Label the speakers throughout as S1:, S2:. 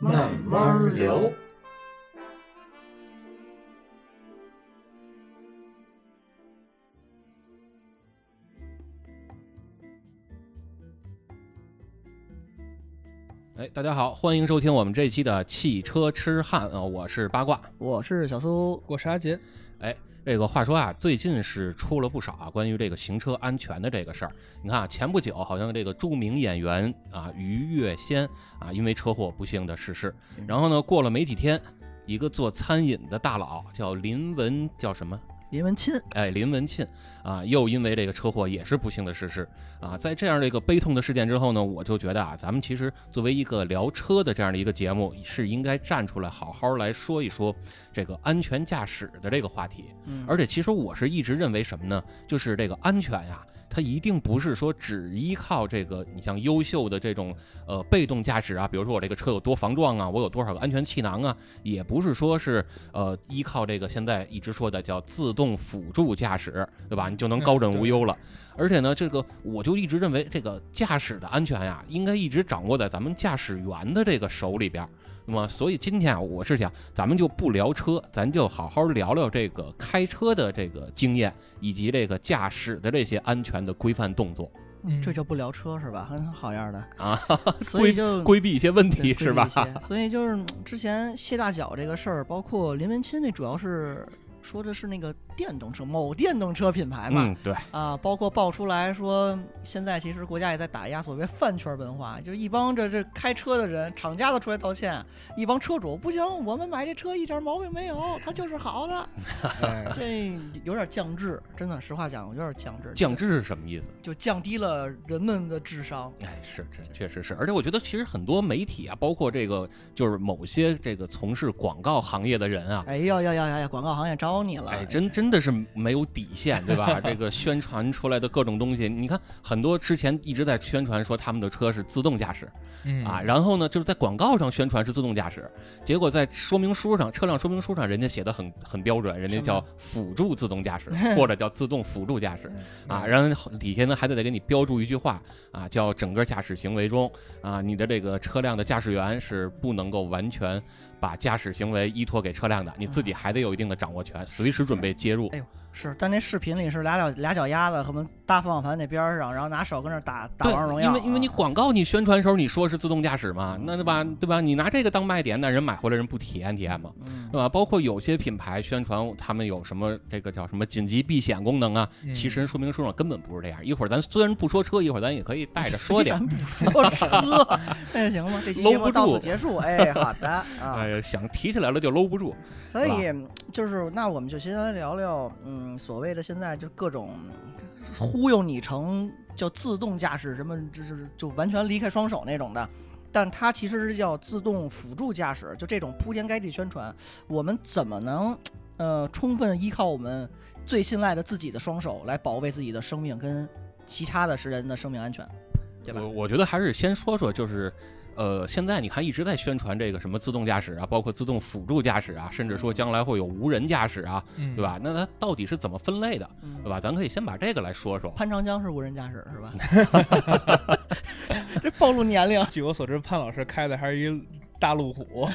S1: 慢慢聊。哎，大家好，欢迎收听我们这一期的汽车痴汉啊、呃我是八卦。
S2: 我是小苏，
S3: 我是阿杰，
S1: 哎，这个话说啊，最近是出了不少啊关于这个行车安全的这个事儿。你看啊，前不久好像这个著名演员啊于月仙啊，因为车祸不幸的逝世。然后呢，过了没几天，一个做餐饮的大佬叫林文叫什么？
S2: 林文钦。
S1: 哎，林文沁啊，又因为这个车祸也是不幸的逝世啊。在这样的一个悲痛的事件之后呢，我就觉得啊，咱们其实作为一个聊车的这样的一个节目，是应该站出来好好来说一说这个安全驾驶的这个话题。
S2: 嗯
S1: 而且其实我是一直认为什么呢？就是这个安全呀，它一定不是说只依靠这个你像优秀的这种呃被动驾驶啊，比如说我这个车有多防撞啊，我有多少个安全气囊啊，也不是说是呃依靠这个现在一直说的叫自动辅助驾驶，嗯对吧？你就能高枕无忧了。而且呢，这个我就一直认为这个驾驶的安全呀，应该一直掌握在咱们驾驶员的这个手里边儿。那么，所以今天啊，我是想咱们就不聊车，咱就好好聊聊这个开车的这个经验，以及这个驾驶的这些安全的规范动作
S3: 嗯
S2: 这就不聊车是吧？很好样的，
S1: 啊，
S2: 所以
S1: 规
S2: 就
S1: 规避一些问题
S2: 对规
S1: 是
S2: 避
S1: 吧
S2: 一？些所以就是嗯之前谢大脚这个事儿，包括林文钦那，主要是说的是那个电动车某电动车品牌嘛。
S1: 嗯，对，
S2: 啊，包括爆出来说，现在其实国家也在打压所谓饭圈文化，就一帮这这开车的人，厂家都出来道歉，一帮车主不行，我们买这车一点毛病没有，它就是好 的，
S3: 哎
S2: 这有点降智，真的，实话讲，有点降智，
S1: 降智是什么意思？
S2: 就降低了人们的智商。
S1: 哎，是，这确实是，而且我觉得其实很多媒体啊，包括这个就是某些这个从事广告行业的人啊，
S2: 哎呦呦呦呦呦，广告行业招你了，
S1: 哎，真真的是没有底线，对吧？ 这个宣传出来的各种东西，你看很多之前一直在宣传说他们的车是自动驾驶
S3: 嗯
S1: 啊，然后呢就是在广告上宣传是自动驾驶，结果在说明书上车辆说明书上人家写的很很标准，人家叫辅助自动驾 驶或者叫自动辅助驾驶
S2: 嗯
S1: 啊，然后底下呢还得再给你标注一句话啊，叫整个驾驶行为中啊，你的这个车辆的驾驶员是不能够完全把驾驶行为依托给车辆的，你自己还得有一定的掌握权，随时准备接
S2: 哎
S1: 入。
S2: 是，但那视频里是俩脚俩脚丫子，什么大方向盘那边儿上，然后拿手跟那儿打打
S1: 对
S2: 王者荣，耀
S1: 因
S2: 啊，
S1: 为因为你广告你宣传的时候你说是自动驾驶嘛，那对吧？对吧？你拿这个当卖点，那人买回来人不体验体验吗？
S2: 嗯
S1: 对吧？包括有些品牌宣传他们有什么这个叫什么紧急避险功能啊，其
S2: 嗯
S1: 实说明书上根本不是这样。一会儿咱虽然不说车，一会儿咱也可以带着 说点。
S2: 咱不说车，那行吗？这期节
S1: 搂
S2: 目
S1: 不
S2: 到
S1: 住
S2: 此结束。哎，好的啊
S1: 哎，呀，想提起来了就搂不住。
S2: 所以就是那我们就先来聊聊，嗯，所谓的现在就各种忽悠你成叫自动驾驶，什么就是就完全离开双手那种的。但它其实是叫自动辅助驾驶，就这种铺天盖地宣传，我们怎么能呃充分依靠我们最信赖的自己的双手来保卫自己的生命跟其他的是人的生命安全？对吧
S1: 我我觉得还是先说说，就是，呃，现在你看一直在宣传这个什么自动驾驶啊，包括自动辅助驾驶啊，甚至
S2: 嗯
S1: 说将来会有无人驾驶啊，
S3: 嗯
S1: 对？吧？那它到底是怎么分类的，
S2: 嗯
S1: 对吧？咱可以先把这个来说 说。
S2: 潘长江是无人驾驶是吧？ 这暴露年龄，
S3: 据我所知，潘老师开的还是一大路虎，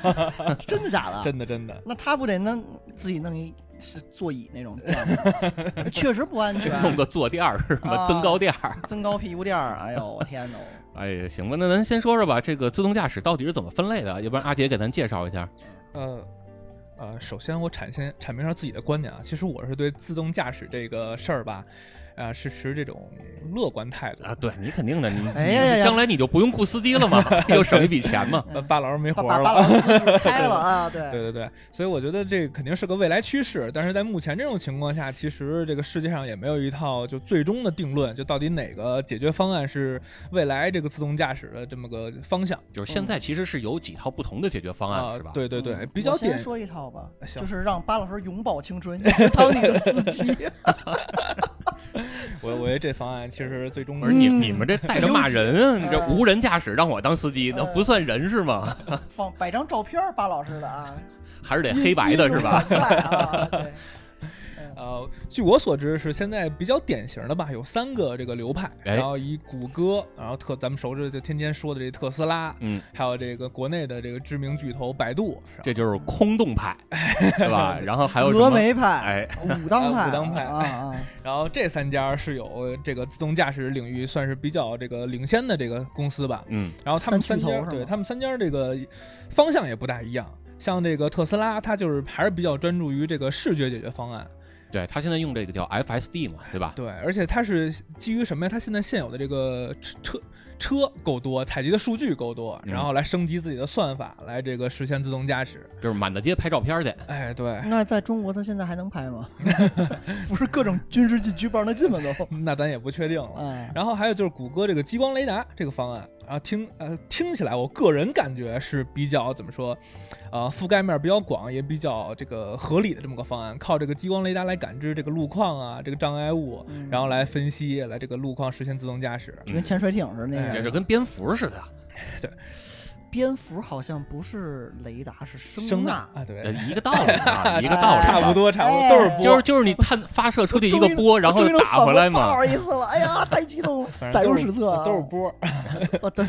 S2: 真的假的？
S3: 真的真的。
S2: 那他不得弄自己弄一是座椅那种垫儿吗？确实不安
S1: 弄
S2: 全，
S1: 个坐垫儿什么
S2: 啊
S1: 增高垫儿，
S2: 增高屁股垫儿。哎呦，我天呐！
S1: 哎呀，行吧，那咱先说说吧，这个自动驾驶到底是怎么分类的？要不然阿杰给咱介绍一下。
S3: 呃呃，首先我阐先阐明一下自己的观点啊，其实我是对自动驾驶这个事儿吧，啊、是持这种乐观态度
S1: 啊，对你肯定的，你
S2: 哎呀呀呀
S1: 将来你就不用雇司机了 嘛，又省一笔钱嘛。
S3: 呃巴老师没活
S2: 把
S3: 儿
S2: 把
S3: 了，
S2: 把老师开了啊，对
S3: 对对对，所以我觉得这肯定是个未来趋势，但是在目前这种情况下，其实这个世界上也没有一套就最终的定论，就到底哪个解决方案是未来这个自动驾驶的这么个方向
S1: 就是现在其实是有几套不同的解决方案，
S3: 啊
S1: 是吧？，？
S3: 对对对，
S2: 嗯
S3: 比较
S2: 我先
S3: 典
S2: 说一套吧，
S3: 行
S2: 就是让巴老师永葆青春，一直当你的司机。
S3: 我我觉得这方案其实最终
S1: 我说你你们这带着骂人，啊你这
S2: 嗯
S1: 无人驾驶让我当司机，那
S2: 嗯
S1: 不算人是吗？
S2: 放摆张照片儿，巴老师的啊，
S1: 还是得黑白的是吧？
S2: 印度版块啊，对，嗯
S3: 呃，据我所知是现在比较典型的吧，有三个这个流派，
S1: 哎
S3: 然后以谷歌，然后特咱们熟知就天天说的这特斯拉，
S1: 嗯，
S3: 还有这个国内的这个知名巨头百度，
S1: 这就是空洞派，对吧？然后还有什
S2: 峨
S1: 么？
S2: 眉派、
S1: 哎，
S2: 哦武当派、
S3: 啊武当派
S2: 啊啊，
S3: 然后这三家是有这个自动驾驶领域算是比较这个领先的这个公司吧。
S1: 嗯，
S3: 然后他们
S2: 三
S3: 三
S2: 巨
S3: 家
S2: 头是吗
S3: 对他们三家这个方向也不大一样，像这个特斯拉，它就是还是比较专注于这个视觉解决方案。
S1: 对他现在用这个叫 FSD 嘛，对吧？
S3: 对，而且它是基于什么呀？它现在现有的这个车车车够多，采集的数据够多，
S1: 嗯
S3: 然后来升级自己的算法，来这个实现自动驾驶。
S1: 就是满大街拍照片去，
S3: 哎，对，
S2: 那在中国他现在还能拍吗？不是各种军事禁区不让他进吗？ 都，
S3: 那咱也不确定了。
S2: 嗯，
S3: 然后还有就是谷歌这个激光雷达这个方案，然后听呃听起来，我个人感觉是比较怎么说，呃覆盖面比较广，也比较这个合理的这么个方案，靠这个激光雷达来感知这个路况啊，这个障碍物，
S2: 嗯
S3: 然后来分析来这个路况实现自动驾驶。
S2: 就跟潜水艇似的那
S3: 哎
S1: 这
S2: 个。
S1: 是跟蝙蝠似的，
S2: 蝙蝠好像不是雷达，是
S3: 声
S2: 呐。
S3: 啊，对
S1: 呃，一个道理啊，一个道理，
S3: 差不。多差不
S2: 哎
S3: 多都是
S1: 就是
S3: 波，，
S1: 就是你探发射出去一个
S2: 终于
S1: 波，然后
S2: 我终于
S1: 又
S2: 能
S1: 打回来
S2: 反
S1: 嘛
S2: 驳。巴老师意思了，哎呀，太激动了
S3: 反正
S2: 载
S3: 都
S2: 入
S3: 是
S2: 史册啊，
S3: 都是波，
S2: 哦，对，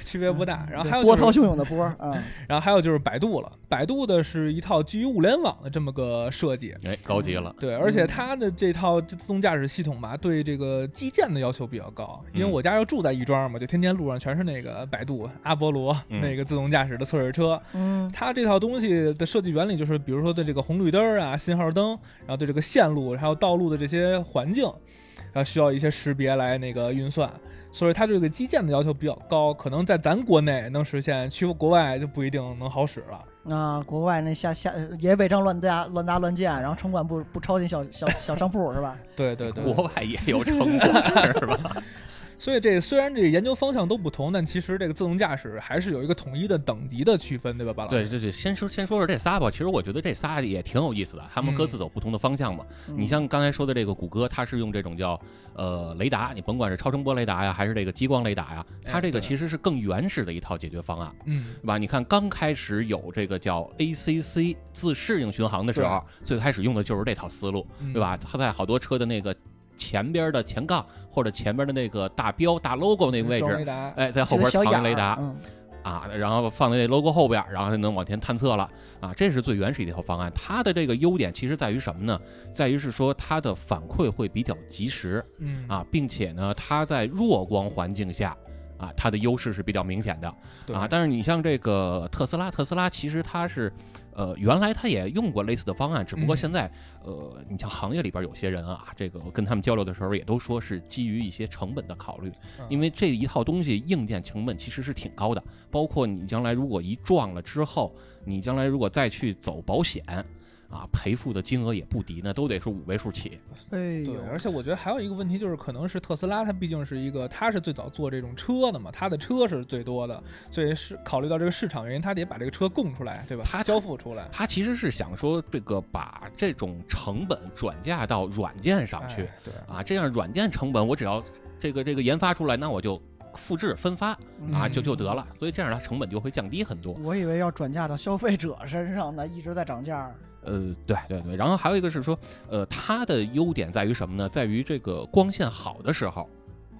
S3: 区别不大。然后还有
S2: 波
S3: 就
S2: 涛
S3: 是
S2: 汹涌的波儿啊，
S3: 然后还有就是百度了，百度的是一套基于物联网的这么个设计，
S1: 哎，高级了，
S3: 对，
S2: 嗯
S3: 而且它的这套自动驾驶系统吧，对这个基建的要求比较高，因为
S1: 嗯
S3: 我家要住在亦庄嘛，就天天路上全是那个百度、阿波罗、
S1: 嗯
S3: 那个自动驾驶的测试车。
S2: 嗯，
S3: 它这套东西的设计原理就是，比如说对这个红绿灯儿啊、信号灯，然后对这个线路还有道路的这些环境，然后需要一些识别来那个运算。所以它这个基建的要求比较高，可能在咱国内能实现，去国外就不一定能好使了。
S2: 啊，国外那下下也违章乱搭乱搭乱建，然后城管不不抄进小小小商铺是吧？
S3: 对对对，
S1: 国外也有城管是吧？
S3: 所以这虽然这个研究方向都不同，但其实这个自动驾驶还是有一个统一的等级的区分，对吧，巴老师？
S1: 对对对，先说先说说这仨吧。其实我觉得这仨也挺有意思的，他们各自走不同的方向嘛。你像刚才说的这个谷歌，它是用这种叫呃雷达，你甭管是超声波雷达呀，还是这个激光雷达呀，它
S3: 哎
S1: 这个
S3: 对
S1: 其实是更原始的一套解决方案，
S3: 嗯，
S1: 对吧？你看刚开始有这个叫 ACC 自适应巡航的时候，最开始用的就是这套思路，
S3: 嗯
S1: 对吧？？它在好多车的那个前边的前杠或者前边的那个大标大 logo 那个位
S3: 嗯装雷
S1: 置，
S3: 达，
S1: 哎，在
S2: 这
S1: 后
S2: 个
S1: 边
S2: 小
S1: 藏
S2: 眼
S1: 一雷达，
S2: 嗯，
S1: 啊，然后放在那 logo 后边儿，然后就能往前探测了啊，这是最原始的一套方案。它的这个优点其实在于什么呢？在于是说它的反馈会比较及时
S3: 嗯，
S1: 啊，并且呢，它在弱光环境下。啊，它的优势是比较明显的
S3: 对
S1: 啊，但是你像这个特斯拉，特斯拉其实它是，呃，原来它也用过类似的方案，只不过
S3: 嗯
S1: 现在，呃，你像行业里边有些人啊，这个我跟他们交流的时候也都说是基于一些成本的考虑，
S3: 嗯
S1: 因为这一套东西硬件成本其实是挺高的，包括你将来如果一撞了之后，你将来如果再去走保险，啊，赔付的金额也不低，那都得是五位数起。
S2: 哎
S3: 对
S2: 呦，，
S3: 而且我觉得还有一个问题就是，可能是特斯拉，它毕竟是一个，它是最早做这种车的嘛，它的车是最多的，所以是考虑到这个市场原因，它得把这个车供出来，对吧？
S1: 它
S3: 交付出来
S1: 他其实是想说这个把这种成本转嫁到软件上去
S3: 哎对，
S1: 啊，这样软件成本我只要这个这个研发出来，那我就复制分发啊，
S3: 嗯
S1: 就就得了，所以这样它成本就会降低很多。
S2: 我以为要转嫁到消费者身上呢，一直在涨价。
S1: 呃，对对对，然后还有一个是说，呃，它的优点在于什么呢？在于这个光线好的时候，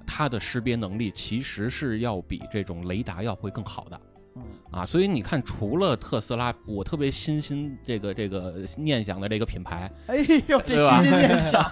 S1: 它的识别能力其实是要比这种雷达要会更好的
S2: 嗯，
S1: 啊。所以你看，除了特斯拉，我特别欣欣这个这个念想的这个品牌，
S2: 哎呦，这
S1: 对吧
S2: 心 心念想，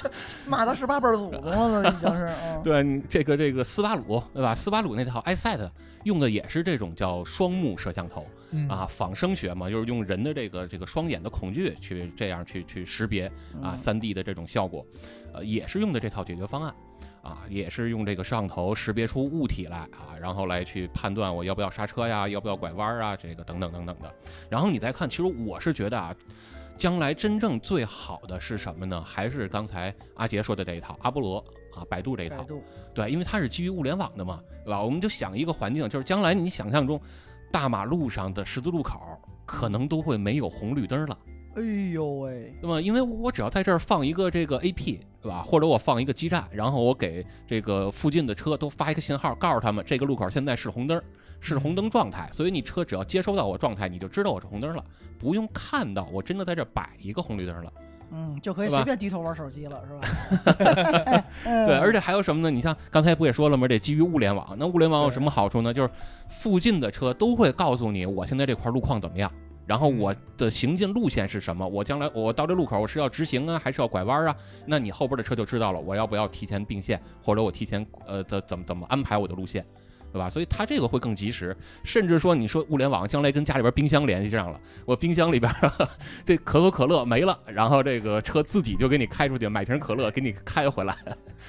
S2: 这骂他十八辈儿祖宗了，已经是。嗯
S1: 对你这个这个斯巴鲁对吧？斯巴鲁那套埃塞特用的也是这种叫双目摄像头，
S3: 嗯
S1: 啊，仿生学嘛，就是用人的这个这个双眼的恐惧去这样去去识别啊
S2: 嗯
S1: 三 D 的这种效果，呃，也是用的这套解决方案。啊，也是用这个摄像头识别出物体来啊，然后来去判断我要不要刹车呀，要不要拐弯啊，这个等等等等的。然后你再看，其实我是觉得啊，将来真正最好的是什么呢？还是刚才阿杰说的这一套，阿波罗啊，百度这一
S2: 百
S1: 套。
S2: 度
S1: 对，因为它是基于物联网的嘛，对吧？我们就想一个环境，就是将来你想象中，大马路上的十字路口可能都会没有红绿灯了，
S2: 哎呦喂，
S1: 那么因为我只要在这儿放一个这个 AP，对吧？或者我放一个基站，然后我给这个附近的车都发一个信号，告诉他们这个路口现在是红灯，是红灯状态，所以你车只要接收到我状态，你就知道我是红灯了，不用看到我真的在这儿摆一个红绿灯了。
S2: 嗯，就可以
S1: 对吧
S2: 随便低头玩手机了，是吧？ 哎嗯
S1: 对，
S2: 对
S1: 而且还有什么呢？你像刚才不也说了吗？这基于物联网，那物联网有什么好处呢？就是附近的车都会告诉你我现在这块路况怎么样，然后我的行进路线是什么，我将来我到这路口我是要直行啊，还是要拐弯啊？那你后边的车就知道了，我要不要提前并线，或者我提前呃怎怎么怎么安排我的路线。对吧？所以它这个会更及时，甚至说你说物联网将来跟家里边冰箱联系上了，我冰箱里边 这可口可乐没了，然后这个车自己就给你开出去买瓶可乐给你开回来，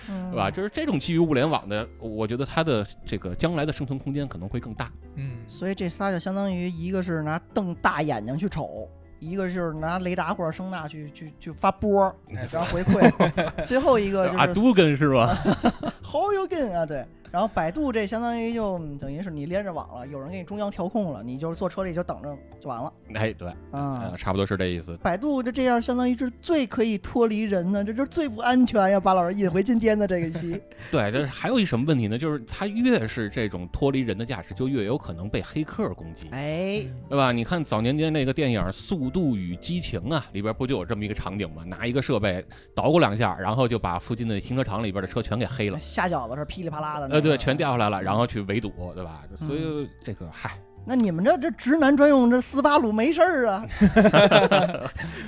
S2: 嗯
S1: 是吧？就是这种基于物联网的，我觉得它的这个将来的生存空间可能会更大。
S3: 嗯，
S2: 所以这仨就相当于一个是拿瞪大眼睛去瞅，一个就是拿雷达或者声呐去去去发 波儿，哎然后回馈，最后一个
S1: 阿
S2: 就是
S1: 都根呃是吧？
S2: How you g 啊，对。然后百度这相当于就嗯等于是你连着网了，有人给你中央调控了，你就是坐车里就等着就完了
S1: 哎，对，
S2: 啊
S1: 呃，。差不多是这意思。
S2: 百度就这样，相当于是最可以脱离人呢，这就是最不安全呀！把老师引回今天的这个一 期，
S1: 对，这还有一什么问题呢？就是它越是这种脱离人的价值，就越有可能被黑客攻击。
S2: 哎，
S1: 对吧？你看早年间那个电影《速度与激情》啊，里边不就有这么一个场景吗？拿一个设备捣鼓两下，然后就把附近的停车场里边的车全给黑了。
S2: 下饺子是噼里啪啦的，
S1: 呃，对，全。掉下来了，嗯然后去围堵，对吧？所以这个嗨，
S2: 那你们这这直男专用这斯巴鲁没事儿 啊，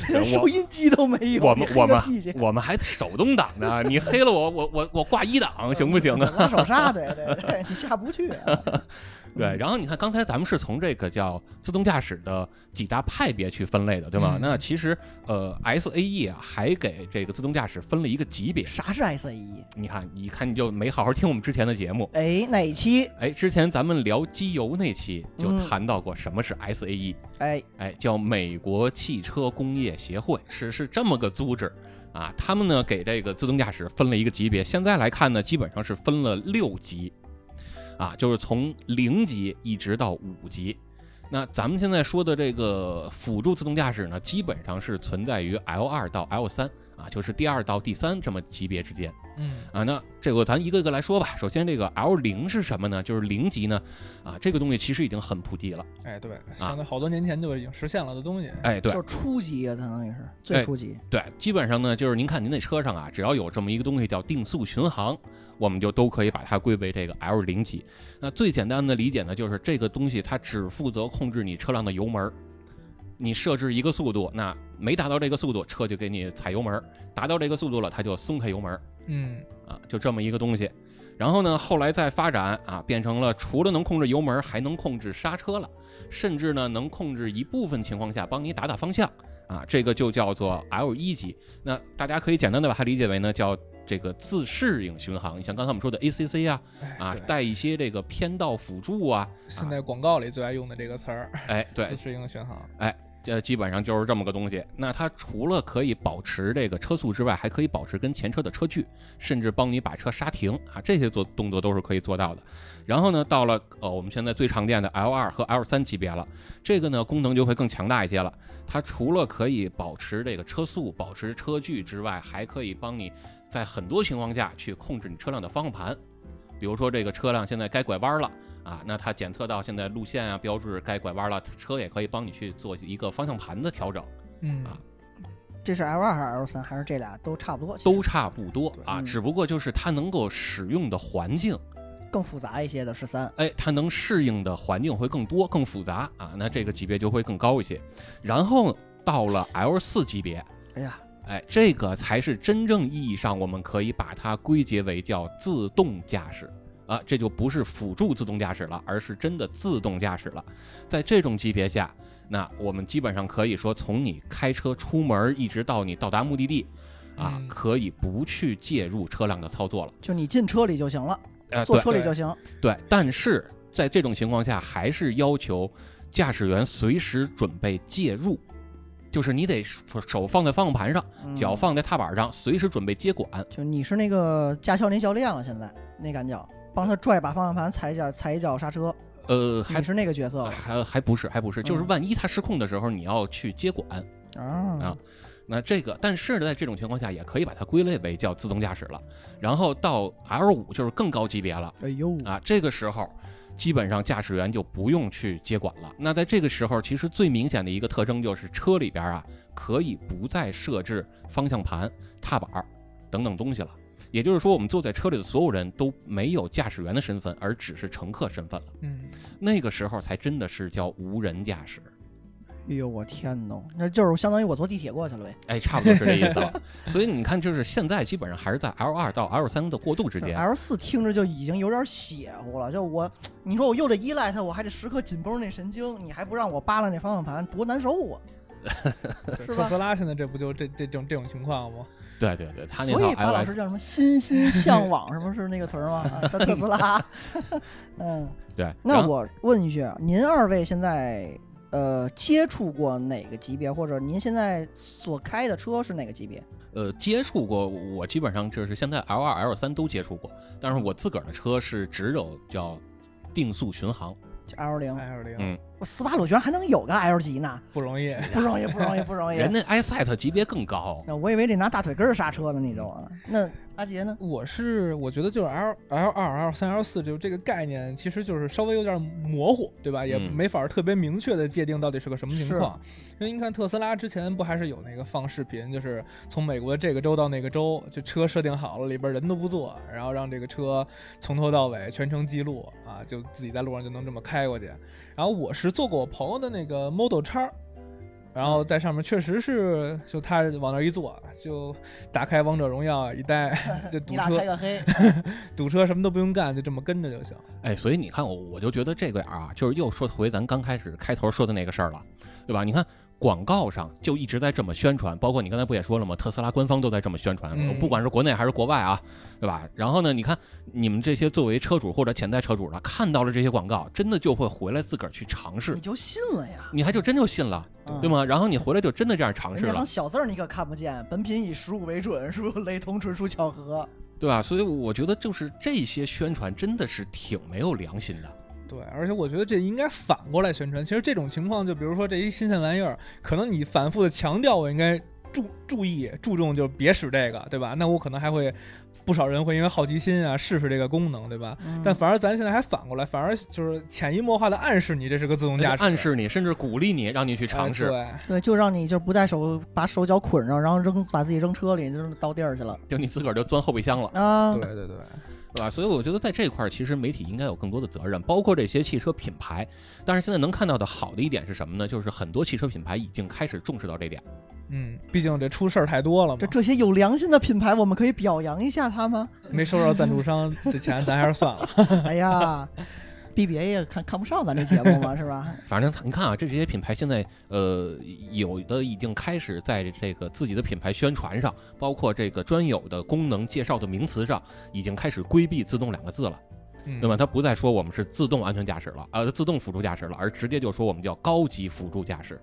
S2: 连收音机都没 有，
S1: 我们我们
S2: 你黑个屁去
S1: 我们还手动挡呢，你黑了我，我我我挂一档行不行呢？
S2: 拉手刹，对对对，你下不去 啊。
S1: 对，然后你看刚才咱们是从这个叫自动驾驶的几大派别去分类的，对吗？
S3: 嗯
S1: 那其实呃，SAE 啊还给这个自动驾驶分了一个级别。
S2: 啥是 SAE？
S1: 你看，你看你就没好好听我们之前的节目。
S2: 哎，哪期？
S1: 哎，之前咱们聊机油那期就
S2: 嗯
S1: 谈到过什么是 SAE，、
S2: 哎，
S1: 哎，叫美国汽车工业协会，是是这么个组织啊。他们呢给这个自动驾驶分了一个级别，现在来看呢，基本上是分了六级，啊，就是从零级一直到五级。那咱们现在说的这个辅助自动驾驶呢，基本上是存在于 L 二到 L 三啊，就是第二到第三这么级别之间。
S3: 嗯
S1: 啊，那这个咱一个一个来说吧。首先，这个 L 零是什么呢？就是零级呢，啊，这个东西其实已经很普及了。
S3: 哎，对，相当好多年前就已经实现了的东西。
S1: 啊哎，对哎
S2: 就是初级啊，相当于是最初级。
S1: 对，基本上呢，就是您看您那车上啊，只要有这么一个东西叫定速巡航，我们就都可以把它归为这个 L 零级。那最简单的理解呢，就是这个东西它只负责控制你车辆的油门儿。你设置一个速度，那没达到这个速度，车就给你踩油门儿；达到这个速度了，它就松开油门儿。
S3: 嗯
S1: 啊，就这么一个东西。然后呢，后来再发展啊，变成了除了能控制油门，还能控制刹车了，甚至呢能控制一部分情况下帮你打打方向啊，这个就叫做 L 一级。那大家可以简单的把它理解为呢，叫这个自适应巡航。你像刚才我们说的 ACC 啊，
S3: 哎
S1: 啊
S3: 对
S1: 带一些这个偏道辅助啊，
S3: 现在广告里最爱用的这个词儿，
S1: 哎对
S3: 自，适应巡航。
S1: 这呃基本上就是这么个东西。那它除了可以保持这个车速之外，还可以保持跟前车的车距，甚至帮你把车刹停啊，这些做动作都是可以做到的。然后呢，到了呃我们现在最常见的 L 二和 L 三级别了，这个呢功能就会更强大一些了。它除了可以保持这个车速、保持车距之外，还可以帮你在很多情况下去控制你车辆的方向盘。比如说这个车辆现在该拐弯了啊，那它检测到现在路线啊标志该拐弯了，车也可以帮你去做一个方向盘的调整，
S3: 嗯
S1: 啊
S2: 这是 L 二还是 L 三？还是这俩都差不多？其实
S1: 都差不多啊，
S2: 嗯
S1: 只不过就是它能够使用的环境，
S2: 更复杂一些的是三。
S1: 哎，它能适应的环境会更多、更复杂啊，那这个级别就会更高一些。然后到了 L 四级别，
S2: 哎呀，
S1: 哎，这个才是真正意义上我们可以把它归结为叫自动驾驶。啊，这就不是辅助自动驾驶了，而是真的自动驾驶了。在这种级别下，那我们基本上可以说，从你开车出门一直到你到达目的地，啊
S3: 嗯，
S1: 可以不去介入车辆的操作了。
S2: 就你进车里就行了，
S1: 呃，
S2: 坐
S1: 对
S2: 车里就行。
S1: 对，但是在这种情况下，还是要求驾驶员随时准备介入，就是你得手放在方向盘上，
S2: 嗯
S1: 脚放在踏板上，随时准备接管。
S2: 就你是那个驾校那教练了，现在那感觉，帮他拽把方向盘，踩一脚踩一脚刹车，
S1: 呃，还
S2: 你是那个角色了
S1: 还还不是，还不是，就是
S2: 嗯
S1: 万一他失控的时候，你要去接管。
S2: 啊
S1: 啊那这个，但是呢，在这种情况下，也可以把它归类为叫自动驾驶了。然后到 L 五就是更高级别了
S2: 哎呦，
S1: 啊，这个时候基本上驾驶员就不用去接管了。那在这个时候，其实最明显的一个特征就是车里边啊，可以不再设置方向盘、踏板儿等等东西了。也就是说，我们坐在车里的所有人都没有驾驶员的身份，而只是乘客身份了。
S3: 嗯，
S1: 那个时候才真的是叫无人驾驶。
S2: 哎呦，我天呐，那就是相当于我坐地铁过去了呗。
S1: 哎，差不多是这意思了。所以你看，就是现在基本上还是在 L 二到 L 三的过渡之间。
S2: L 四听着就已经有点邪乎了，就我，你说我又得依赖它，我还得时刻紧绷那神经，你还不让我扒拉那方向盘，多难受啊！是
S3: 特
S2: 吧
S3: 斯拉现在这不就这这种这种情况吗？
S1: 对对对，他那
S2: 所以
S1: 套
S2: 巴
S1: L
S2: 老师
S1: S
S2: 叫什么“欣欣向往”，什么是那个词 儿吗？啊叫特斯拉。 嗯，
S1: 对。然
S2: 那
S1: 后
S2: 我问一句啊，您二位现在呃接触过哪个级别，或者您现在所开的车是哪个级别？
S1: 呃接触过，我基本上就是现在 L 二 L 三都接触过，但是我自个儿的车是只有叫定速巡航。
S2: 就 L 零，
S3: L 零、
S1: 嗯
S2: 我斯巴鲁居然还能有个 L 级呢，
S3: 不容易，
S2: 不容易，不容易，不容易。
S1: 人家 iSet 级别更高，
S2: 那我以为得拿大腿根儿刹车呢，你都
S1: 嗯
S2: 啊。那阿杰呢？
S3: 我是我觉得就是 L L 二、L 三、L 四就这个概念，其实就是稍微有点模糊，对吧？也
S1: 嗯
S3: 没法特别明确的界定到底是个什么情
S2: 是
S3: 况。因为你看特斯拉之前不还是有那个放视频，就是从美国这个州到那个州，就车设定好了，里边人都不坐，然后让这个车从头到尾全程记录啊，就自己在路上就能这么开过去。然后我是坐过我朋友的那个 Model 叉。然后在上面确实是，就他往那儿一坐，就打开王者荣耀一待， 就堵
S2: 你
S3: 车。
S2: 俩开个黑，
S3: 堵车什么都不用干，就这么跟着就行。
S1: 哎，所以你看我我就觉得这个啊，就是又说回咱刚开始开头说的那个事儿了，对吧？你看广告上就一直在这么宣传，包括你刚才不也说了吗？特斯拉官方都在这么宣传，
S3: 嗯
S1: 不管是国内还是国外啊，对吧？然后呢，你看你们这些作为车主或者潜在车主的，看到了这些广告，真的就会回来自个儿去尝试
S2: 你，就信了呀？
S1: 你还就真就信了，
S2: 嗯
S1: 对吗？然后你回来就真的这样尝
S2: 人
S1: 试
S2: 家
S1: 了
S2: 行，小字儿你可看不见，本品以实物为准，是不是雷同纯属巧合？
S1: 对吧？所以我觉得就是这些宣传真的是挺没有良心的。
S3: 对，而且我觉得这应该反过来宣传。其实这种情况，就比如说这一新鲜玩意儿，可能你反复的强调我应该注注意注重，就别使这个，对吧？那我可能还会不少人会因为好奇心啊试试这个功能，对吧？
S2: 嗯
S3: 但反而咱现在还反过来，反而就是潜移默化的暗示你这是个自动驾驶，
S1: 暗示你，甚至鼓励你，让你去尝试。
S3: 哎
S2: 对，就让你就不带手，把手脚捆上，然后扔，把自己扔车里，就是到地儿去了
S1: 就你自个儿就钻后备箱了，
S2: 啊
S3: 对。对对对，
S1: 对吧？所以我觉得在这块儿，其实媒体应该有更多的责任，包括这些汽车品牌。但是现在能看到的好的一点是什么呢？就是很多汽车品牌已经开始重视到这点。
S3: 嗯，毕竟这出事儿太多了嘛
S2: 这，这些有良心的品牌，我们可以表扬一下他吗？
S3: 没收着赞助商的钱，咱还是 算了。
S2: 哎呀，BBA 也看看不上咱这节目嘛，是吧？
S1: 反正你看啊，这些品牌现在呃，有的已经开始在这个自己的品牌宣传上，包括这个专有的功能介绍的名词上，已经开始规避“自动”两个字了。
S3: 嗯
S1: 那么它不再说我们是自动安全驾驶了，呃，自动辅助驾驶了，而直接就说我们叫高级辅助驾驶，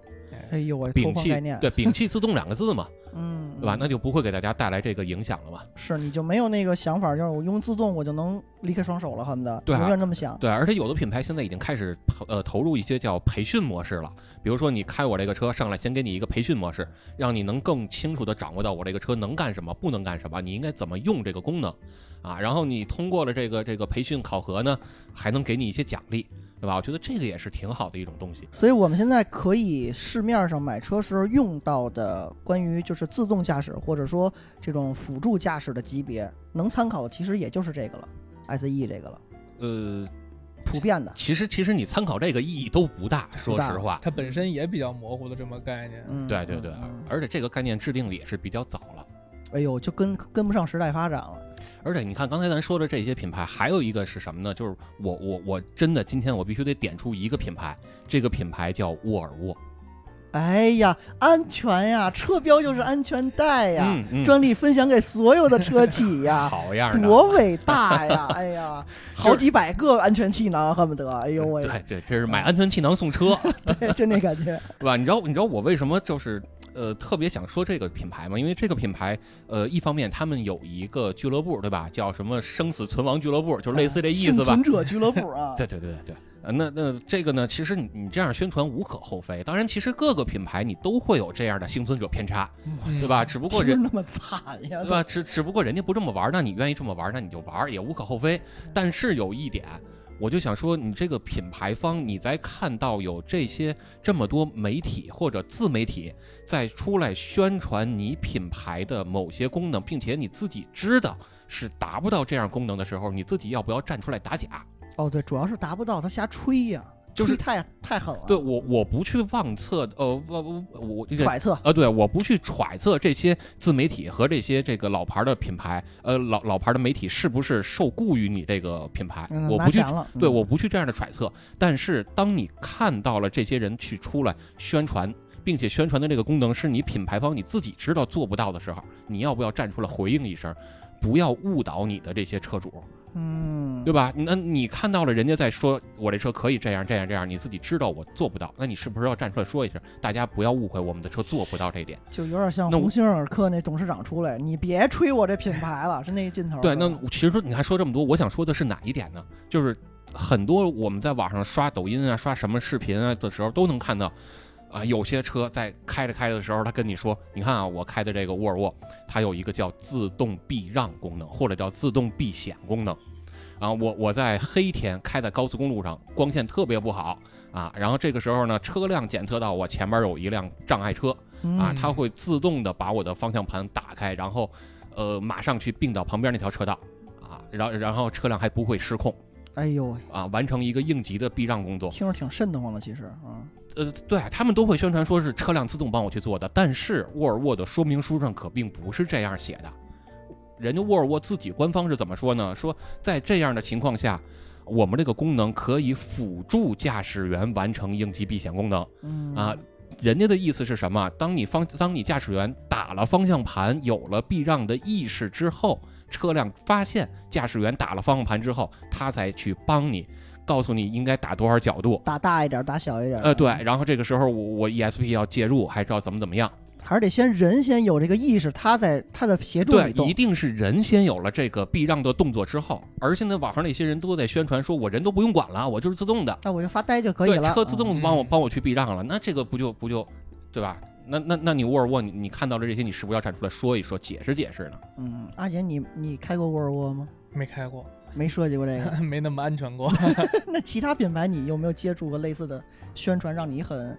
S2: 哎呦，我
S1: 摒
S2: 偷换
S1: 弃
S2: 概念，
S1: 对摒弃“自动”两个字嘛。
S2: 嗯，
S1: 对吧？
S2: 嗯
S1: 那就不会给大家带来这个影响了嘛。
S2: 是你就没有那个想法，就是我用自动我就能离开双手了，恨不得
S1: 对啊
S2: 永远这么想。
S1: 对，而且有的品牌现在已经开始投呃投入一些叫培训模式了，比如说你开我这个车上来，先给你一个培训模式，让你能更清楚地掌握到我这个车能干什么，不能干什么，你应该怎么用这个功能啊。然后你通过了这个这个培训考核呢，还能给你一些奖励，对吧？我觉得这个也是挺好的一种东西。
S2: 所以我们现在可以市面上买车时候用到的关于就是自动驾驶或者说这种辅助驾驶的级别，能参考的其实也就是这个了，SE 这个了，
S1: 呃，
S2: 普遍的。
S1: 其实其实你参考这个意义都不大，说
S2: 大
S1: 实话。
S3: 它本身也比较模糊的这么概念，
S2: 嗯，
S1: 对对对
S2: 嗯，
S1: 而且这个概念制定的也是比较早了。
S2: 哎呦，就跟跟不上时代发展了。
S1: 而且你看，刚才咱说的这些品牌，还有一个是什么呢？就是我我我真的今天我必须得点出一个品牌，这个品牌叫沃尔沃。
S2: 哎呀，安全呀，车标就是安全带哎呀，
S1: 嗯嗯，
S2: 专利分享给所有的车企呀。
S1: 好样的！
S2: 多伟 大呀！哎呀，好几百个安全气囊，恨不得，哎呦喂，
S1: 对对，这是买安全气囊送车，
S2: 对，就那感觉。
S1: 对吧？你知道你知道我为什么就是呃特别想说这个品牌吗？因为这个品牌呃一方面他们有一个俱乐部，对吧？叫什么生死存亡俱乐 部，就是类似这意思吧。，
S2: 幸存者俱乐部啊
S1: 对对对对，呃，那那这个呢，其实你你这样宣传无可厚非。当然，其实各个品牌你都会有这样的幸存者偏差， 对吧？只不过
S2: 嗯听
S1: 人
S2: 着那么惨呀，
S1: 对吧？只只不过人家不这么玩儿，那你愿意这么玩儿，那你就玩儿，也无可厚
S2: 嗯
S1: 非。但是有一点，我就想说，你这个品牌方，你在看到有这些这么多媒体或者自媒体在出来宣传你品牌的某些功能，并且你自己知道是达不到这样功能的时候，你自己要不要站出来打假？
S2: 哦，对，主要是达不到，他瞎吹呀，
S1: 就是
S2: 吹太太狠了。
S1: 对我，我不去妄测，呃，我我我这个
S2: 啊揣测，
S1: 啊，对，我不去揣测这些自媒体和这些这个老牌儿的品牌，呃，老老牌儿的媒体是不是受雇于你这个品牌，
S2: 嗯，
S1: 我
S2: 拿
S1: 不去
S2: 钱，了，
S1: 对，
S2: 嗯
S1: 我不去这样的揣测。但是当你看到了这些人去出来宣传，并且宣传的这个功能是你品牌方你自己知道做不到的时候，你要不要站出来回应一声？不要误导你的这些车主，
S2: 嗯，
S1: 对吧？那你看到了人家在说我这车可以这样这样这样，你自己知道我做不到，那你是不是要站出来说一声？大家不要误会我们的车做不到这一点。
S2: 就有点像
S1: 那我
S2: 鸿星尔克那董事长出来，你别吹我这品牌了，是那个劲头儿。
S1: 对，
S2: 是
S1: 那啊
S2: 吧
S1: 我其实说你还说这么多，我想说的是哪一点呢？就是很多我们在网上刷抖音啊、刷什么视频啊的时候，都能看到，啊、有些车在开着开着的时候，他跟你说，你看啊，我开的这个沃尔沃，它有一个叫自动避让功能，或者叫自动避险功能。啊，我我在黑天开在高速公路上，光线特别不好啊，然后这个时候呢，车辆检测到我前面有一辆障碍车，啊
S2: 嗯，
S1: 它会自动的把我的方向盘打开，然后呃马上去并到旁边那条车道啊，然然后车辆还不会失控
S2: 哎呦喂，
S1: 啊，完成一个应急的避让工作。
S2: 听着挺瘆得慌的，其实啊，
S1: 呃，对他们都会宣传说是车辆自动帮我去做的，但是沃尔沃的说明书上可并不是这样写的。人家沃尔沃自己官方是怎么说呢？说在这样的情况下，我们这个功能可以辅助驾驶员完成应急避险功能。
S2: 嗯
S1: 啊，人家的意思是什么？当你方当你驾驶员打了方向盘，有了避让的意识之后，车辆发现驾驶员打了方向盘之后，他才去帮你，告诉你应该打多少角度。
S2: 打大一点儿，打小一点儿。嗯
S1: 呃，对，然后这个时候我我 ESP 要介入，还是要怎么怎么样？
S2: 还是得先人先有这个意识，他在他的协助
S1: 对
S2: 你，动
S1: 一。定是人先有了这个避让的动作之后，而现在网上那些人都在宣传说，我人都不用管了，我就是自动的，
S2: 那我就发呆就可以
S1: 对，
S2: 了。
S1: 车自
S2: 啊
S1: 动帮我
S3: 嗯
S1: 帮我去避让了，那这个不就不就，对吧？那那那你沃尔沃，你你看到了这些，你是不是要站出来说一说，解释解释呢？
S2: 嗯，阿姐，你你开过沃尔沃吗？
S3: 没开过，
S2: 没设计过这个。
S3: 没那么安全 过。
S2: 那其他品牌你有没有接触过类似的宣传，让你很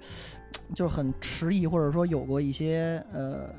S2: 就是很迟疑，或者说有过一些呃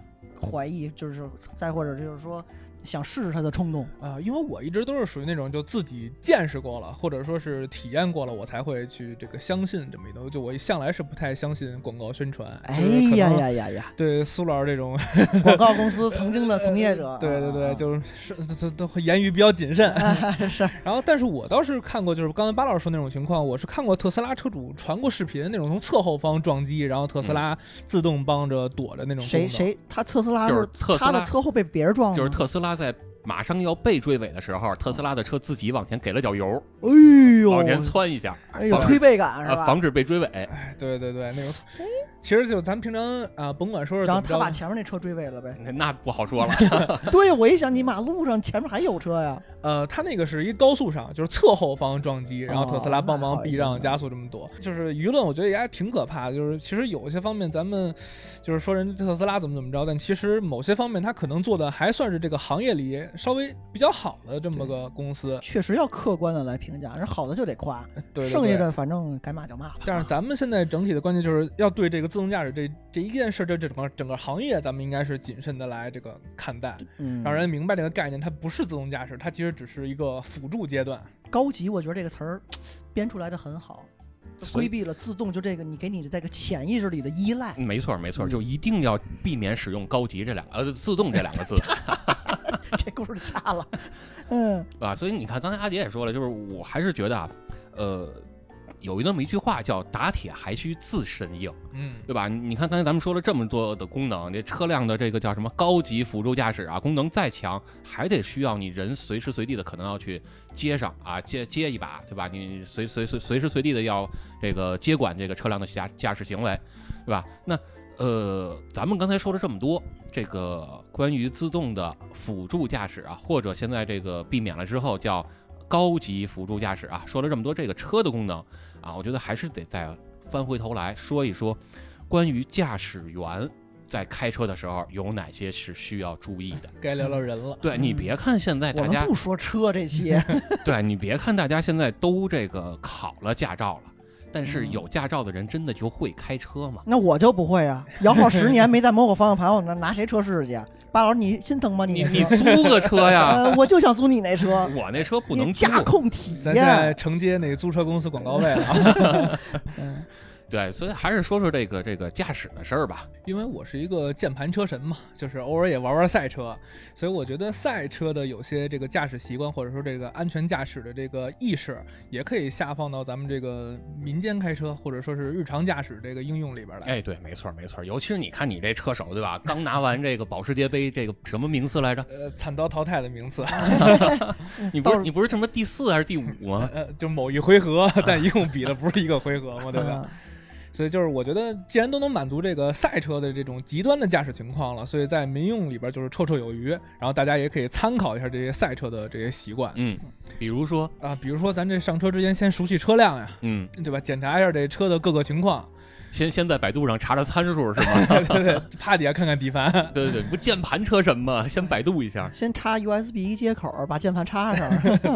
S2: 怀疑，就是再或者就是说想试试它的冲动？
S3: 啊，因为我一直都是属于那种就自己见识过了，或者说是体验过了，我才会去这个相信这么一东西。就我向来是不太相信广告宣传。
S2: 哎
S3: 就是可
S2: 呀
S3: 能
S2: 呀呀呀！
S3: 对苏老师这种，，
S2: 广告公司曾经的从业者
S3: 对对对，
S2: 啊
S3: 就是是都都都会言语比较谨慎。
S2: 是
S3: 然后，但是我倒是看过，就是刚才巴老师说那种情况，我是看过特斯拉车主传过视频，那种从侧后方撞击，然后特斯拉自动帮着躲着那种
S2: 嗯谁
S3: 功能
S2: 谁他特斯拉
S1: 就是
S2: 是
S1: 特斯
S2: 他的
S1: 拉
S2: 车后被别人撞了吗，
S1: 就是特斯拉在马上要被追尾的时候，特斯拉的车自己往前给了脚油，
S2: 哎呦，
S1: 往前窜一下，
S2: 哎呦
S1: 防
S2: 推背感是
S1: 啊，
S2: 吧？
S1: 防止被追尾。
S3: 哎，对对对，那种。其实就咱们平常啊，甭管说是怎
S2: 然后
S3: 么着
S2: 他把前面那车追尾了呗。
S1: 那那不好 说了，
S2: 对，我一想你马路上前面还有车呀，
S3: 呃，它那个是一高速上，就是侧后方撞击，然后特斯拉
S2: 哦
S3: 帮忙
S2: 那好一
S3: 避
S2: 些
S3: 让
S2: 呢
S3: 加速这么多，就是舆论我觉得也还挺可怕的。就是其实有些方面咱们就是说人家特斯拉怎么怎么着，但其实某些方面它可能做的还算是这个行业里稍微比较好的这么个公司。
S2: 确实要客观的来评价，人好的就得夸，
S3: 对对
S2: 剩下
S3: 对
S2: 的反正该骂就骂吧。
S3: 但是咱们现在整体的关键就是要对这个自动驾驶这这一件事儿，这整个整个行业，咱们应该是谨慎的来这个看待，
S2: 嗯，
S3: 让人明白这个概念，它不是自动驾驶，它其实只是一个辅助阶段。
S2: 高级，我觉得这个词儿编出来的很好。就
S1: 所以
S2: 规避了自动就这个你给你的这个潜意识里的依赖。
S1: 没错，没错，
S2: 嗯
S1: 就一定要避免使用“高级”这两个呃“自动”这两 个字
S3: 嗯
S2: 这故事掐 了，嗯
S1: 啊。所以你看，刚才阿杰也说了，就是我还是觉得啊，呃，有那么一句话叫“打铁还需自身硬”，
S3: 嗯，
S1: 对吧？你看刚才咱们说了这么多的功能，这车辆的这个叫什么高级辅助驾驶啊，功能再强，还得需要你人随时随地的可能要去接上啊，接接一把，对吧？你随随随随时随地的要这个接管这个车辆的驾驾驶行为，对吧？那呃，咱们刚才说了这么多，这个关于自动的辅助驾驶啊，或者现在这个避免了之后叫高级辅助驾驶啊，说了这么多这个车的功能啊，我觉得还是得再翻回头来说一说。关于驾驶员在开车的时候有哪些是需要注意的。
S3: 该聊聊人了。
S1: 对你别看现
S3: 哎
S1: 在
S2: 我
S1: 大
S2: 们
S1: 家
S2: 不，说车这 期，
S1: 对你别看大家现在都这个考了驾照了，但是有驾照的人真的就会开车 吗？
S2: 那我就不会啊，摇号十年没再摸过方向盘，我拿拿谁车试去 啊？巴老师，你心疼吗？
S1: 你
S2: 那
S1: 你
S2: 车？
S1: 租个车呀？
S2: 呃，我就想租你那 车，
S1: 我那车不
S2: 你
S1: 能租。
S2: 驾控体
S3: 咱现在
S2: 验。
S3: 承接那个租车公司广告位了 啊，
S2: 嗯
S1: 对，所以还是说说这个这个驾驶的事儿吧。
S3: 因为我是一个键盘车神嘛，就是偶尔也玩玩赛车，所以我觉得赛车的有些这个驾驶习惯，或者说这个安全驾驶的这个意识，也可以下放到咱们这个民间开车或者说是日常驾驶这个应用里边来。
S1: 哎，对，没错没错，尤其是你看你这车手对 吧？刚拿完这个保时捷杯，这个什么名次来着？
S3: 呃，惨遭淘汰的名次，
S1: 你不是你不是什么第四还是第五吗？
S3: 呃，就某一回合，但一共比的不是一个回合嘛，对吧？
S2: 嗯
S3: 所以就是我觉得，既然都能满足这个赛车的这种极端的驾驶情况了，所以在民用里边就是绰绰有余。然后大家也可以参考一下这些赛车的这些习惯
S1: 嗯，比如说，
S3: 啊，比如说咱这上车之前先熟悉车辆呀，
S1: 嗯，
S3: 对吧？检查一下这车的各个情况，
S1: 先先在百度上查查参数是吗？
S3: 对对对，趴底下看看底盘。
S1: 对对对，不键盘车神 吗？先百度一下，
S3: 啊
S2: 先插 USB 接口，把键盘插 上。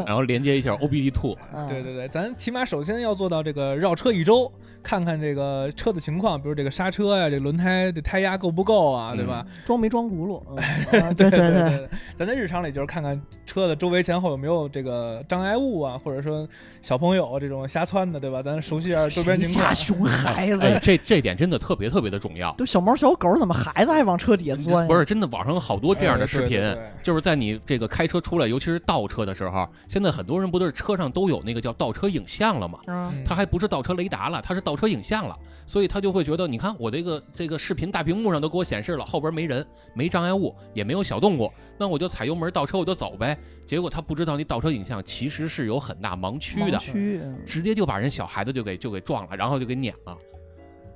S1: 然后连接一下 OBD Two。
S2: 嗯
S3: 对对对，咱起码首先要做到这个绕车一周，看看这个车的情况，比如这个刹车呀、这轮胎的胎压够不够啊，对吧？
S2: 装没装轱辘？ 嗯啊 对
S3: 对
S2: 对，
S3: 对，咱在日常里就是看看车的周围前后有没有这个障碍物啊，或者说小朋友啊这种瞎窜的，对吧？咱熟悉一下周边嗯
S2: 谁
S3: 情
S2: 家
S3: 况。
S2: 熊孩子
S1: 哎，
S2: 呀，
S1: 这这点真的特别特别的重要。
S2: 都小猫小狗，怎么孩子还往车底下钻呀？
S1: 不是真的，网上有好多这样的视频
S3: 哎对对对，
S1: 就是在你这个开车出来，尤其是倒车的时候，现在很多人不都是车上都有那个叫倒车影像了吗？
S2: 啊，
S3: 嗯
S1: 它还不是倒车雷达了，它是倒车影像了，所以他就会觉得，你看我这个这个视频大屏幕上都给我显示了，后边没人，没障碍物，也没有小动物，那我就踩油门倒车我就走呗。结果他不知道你倒车影像其实是有很大盲区的
S2: 盲，区嗯
S1: 直接就把人小孩子就给就给撞了，然后就给碾了。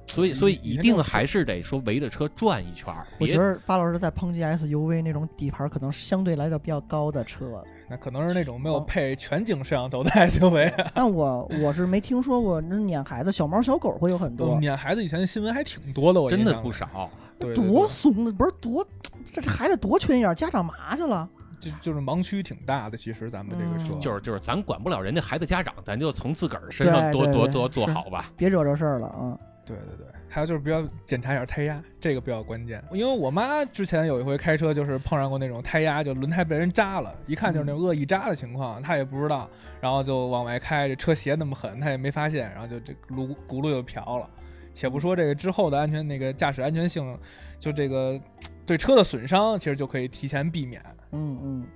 S1: 所以，所以
S3: 你
S1: 一
S3: 你
S1: 定嗯还是得说围着车转一圈儿，
S2: 我觉
S1: 别
S2: 得巴老师在抨击 SUV 那种底盘可能相对来讲比较高的 车，
S3: 那可能是那种没有配全景摄像头的 SUV，
S2: 但我我是没听说过那撵孩子小猫小狗会有很多，
S3: 哦撵孩子以前的新闻还挺多的，我
S1: 真
S3: 印
S1: 的
S3: 象
S1: 不
S3: 里，
S1: 少。
S3: 对对
S2: 多
S3: 对
S2: 怂啊的不是多，这这孩子多缺心眼儿，家长嘛去了？
S3: 就就是盲区挺大的。其实咱们这个车
S2: 嗯
S1: 就是就是，咱管不了人家孩子家长，咱就从自个儿身上
S2: 对
S1: 多
S2: 对
S1: 多
S2: 对
S1: 多做
S2: 是
S1: 好吧。
S2: 别惹这事儿了啊！
S3: 对对对，还有就是比较检查一下胎压，这个比较关键。因为我妈之前有一回开车，就是碰上过那种胎压，就轮胎被人扎了，一看就是那种恶意扎的情况，她也不知道，然后就往外开，这车斜那么狠，她也没发现，然后就这轱轱辘就瓢了。且不说这个之后的安全那个驾驶安全性，就这个对车的损伤，其实就可以提前避免。
S2: 嗯嗯，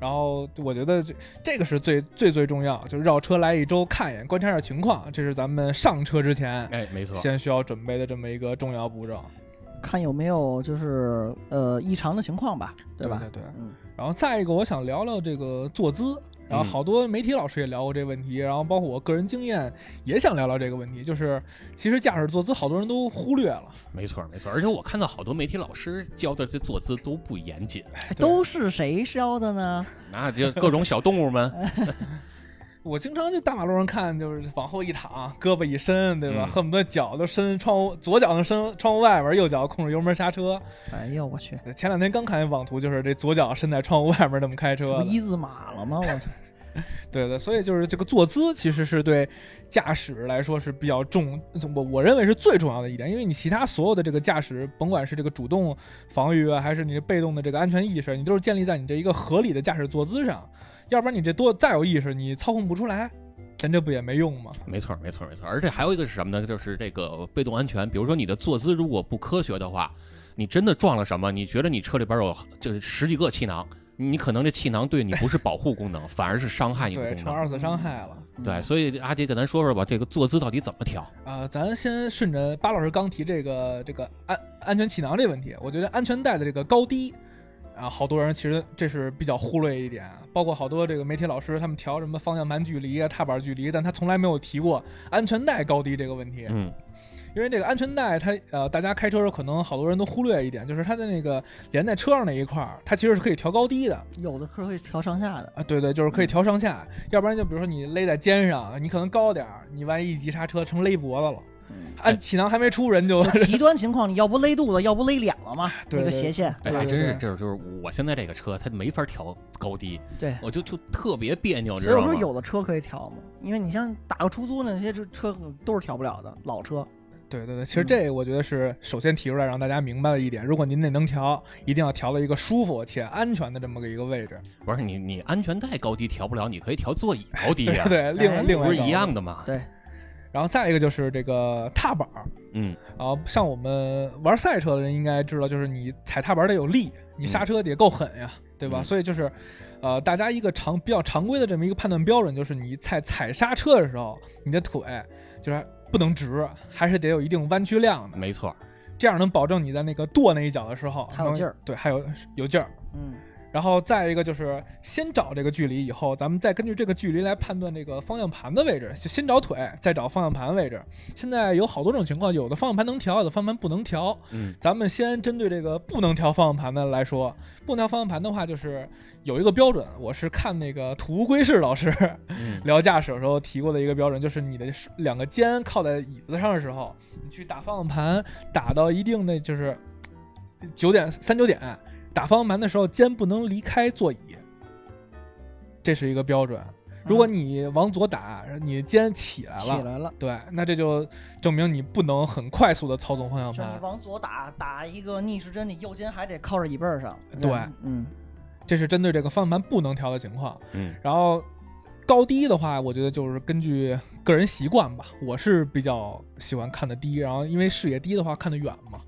S3: 然后我觉得这这个是最最最重要，就是绕车来一周看一眼，观察一下情况，这是咱们上车之前
S1: 哎，没错，
S3: 先需要准备的这么一个重要步骤，
S2: 看有没有就是呃异常的情况吧，对吧？
S3: 对对对
S2: 嗯，
S3: 然后再一个，我想聊聊这个坐姿。然后好多媒体老师也聊过这问题，然后包括我个人经验也想聊聊这个问题，就是其实驾驶坐姿好多人都忽略了，
S1: 没错，没错。而且我看到好多媒体老师教的这坐姿都不严 谨，
S3: 哎对
S2: 都是谁教的呢？
S1: 那就各种小动物们
S3: 我经常就大马路上看，就是往后一躺，胳膊一伸，对吧？
S1: 嗯
S3: 恨不得脚都伸窗户，左脚能伸窗户外边，右脚控制油门刹车。
S2: 哎呦我去，
S3: 前两天刚看一网图，就是这左脚伸在窗户外边那么开
S2: 这
S3: 车
S2: 不
S3: 的，
S2: 一字马了吗？我去，
S3: 对的，所以就是这个坐姿其实是对驾驶来说是比较重，我我认为是最重要的一点，因为你其他所有的这个驾驶，甭管是这个主动防御啊，还是你这被动的这个安全意识，你都是建立在你这一个合理的驾驶坐姿上，要不然你这多再有意识，你操控不出来。咱这不也没用吗？
S1: 没错儿，没错儿，没错儿。而且还有一个是什么呢？就是这个被动安全，比如说你的坐姿如果不科学的话，你真的撞了什么？你觉得你车里边有就是十几个气囊，你可能这气囊对你不是保护功能，反而是伤害你的
S3: 对，
S1: 功
S3: 成
S1: 能。
S3: 二次伤害了。
S1: 对，所以阿杰给咱说说吧，这个坐姿到底怎么调？
S3: 啊、咱先顺着巴老师刚提这个这个安安全气囊这问题，我觉得安全带的这个高低啊，好多人其实这是比较忽略一点，啊包括好多这个媒体老师他们调什么方向盘距离啊、踏板距离，但他从来没有提过安全带高低这个问题。
S1: 嗯，
S3: 因为这个安全带它，呃，大家开车的时候可能好多人都忽略一点，就是它的那个连在车上那一块儿，它其实是可以调高低的
S2: 有的可以调上下 的，
S3: 啊。对对，就是可
S1: 嗯
S3: 以调上下，要不然就比如说你勒在肩上，你可能高点儿，你万一一急刹车成勒脖子了，
S1: 嗯哎
S3: 按气囊还没出人就
S2: 就极端情况，你要不勒肚子，要不勒脸了嘛，
S3: 对
S2: 那个
S3: 对
S2: 斜线，
S1: 哎，
S2: 吧
S1: 还？真是
S3: 对，
S1: 这就是我现在这个车，它没法调高低，
S2: 对。
S1: 我就就特别别扭，知
S2: 所以我
S1: 道
S2: 说
S1: 吗？
S2: 有的车可以调嘛，因为你像打个出租那些车都是调不了的，老车。
S3: 对对对，其实
S1: 嗯
S3: 这我觉得是首先提出来让大家明白的一点，如果您那能调，一定要调到一个舒服且安全的这么个一个位置。
S1: 不是你你安全带高低调不了，你可以调座椅高低呀、
S3: 对对，另外
S2: 哎
S3: 另外
S1: 不是
S3: 个
S1: 一样的吗？
S2: 对，
S3: 然后再一个就是这个踏板儿
S1: 嗯，
S3: 啊，像我们玩赛车的人应该知道，就是你踩踏板得有力，你刹车得够狠呀，对吧？
S1: 嗯
S3: 所以就是，呃，大家一个常比较常规的这么一个判断标准，就是你在踩刹车的时候，你的腿就是不能直，还是得有一定弯曲量的，
S1: 没错儿，
S3: 这样能保证你在那个跺那一脚的时候
S2: 还有
S3: 能
S2: 劲儿，
S3: 对，还有有劲儿。
S2: 嗯，
S3: 然后再一个就是先找这个距离，以后咱们再根据这个距离来判断这个方向盘的位置，就先找腿，再找方向盘位置。现在有好多种情况，有的方向盘能调，有的方向盘不能调。
S1: 嗯，
S3: 咱们先针对这个不能调方向盘的来说，不能调方向盘的话，就是有一个标准，我是看那个土屋圭市老师
S1: 嗯
S3: 聊驾驶的时候提过的一个标准，就是你的两个肩靠在椅子上的时候，你去打方向盘，打到一定的就是九点三九点打方向盘的时候，肩不能离开座椅，这是一个标准。如果你往左打，你肩起来
S2: 起
S3: 了，
S2: 来了，
S3: 对，那这就证明你不能很快速的操纵方向
S2: 就你
S3: 盘，
S2: 往左打打一个逆时针，你右肩还得靠着椅背儿上。
S3: 对
S2: 嗯，
S3: 这是针对这个方向盘不能调的情况。
S1: 嗯，
S3: 然后高低的话，我觉得就是根据个人习惯吧，我是比较喜欢看的低，然后因为视野低的话看得远嘛。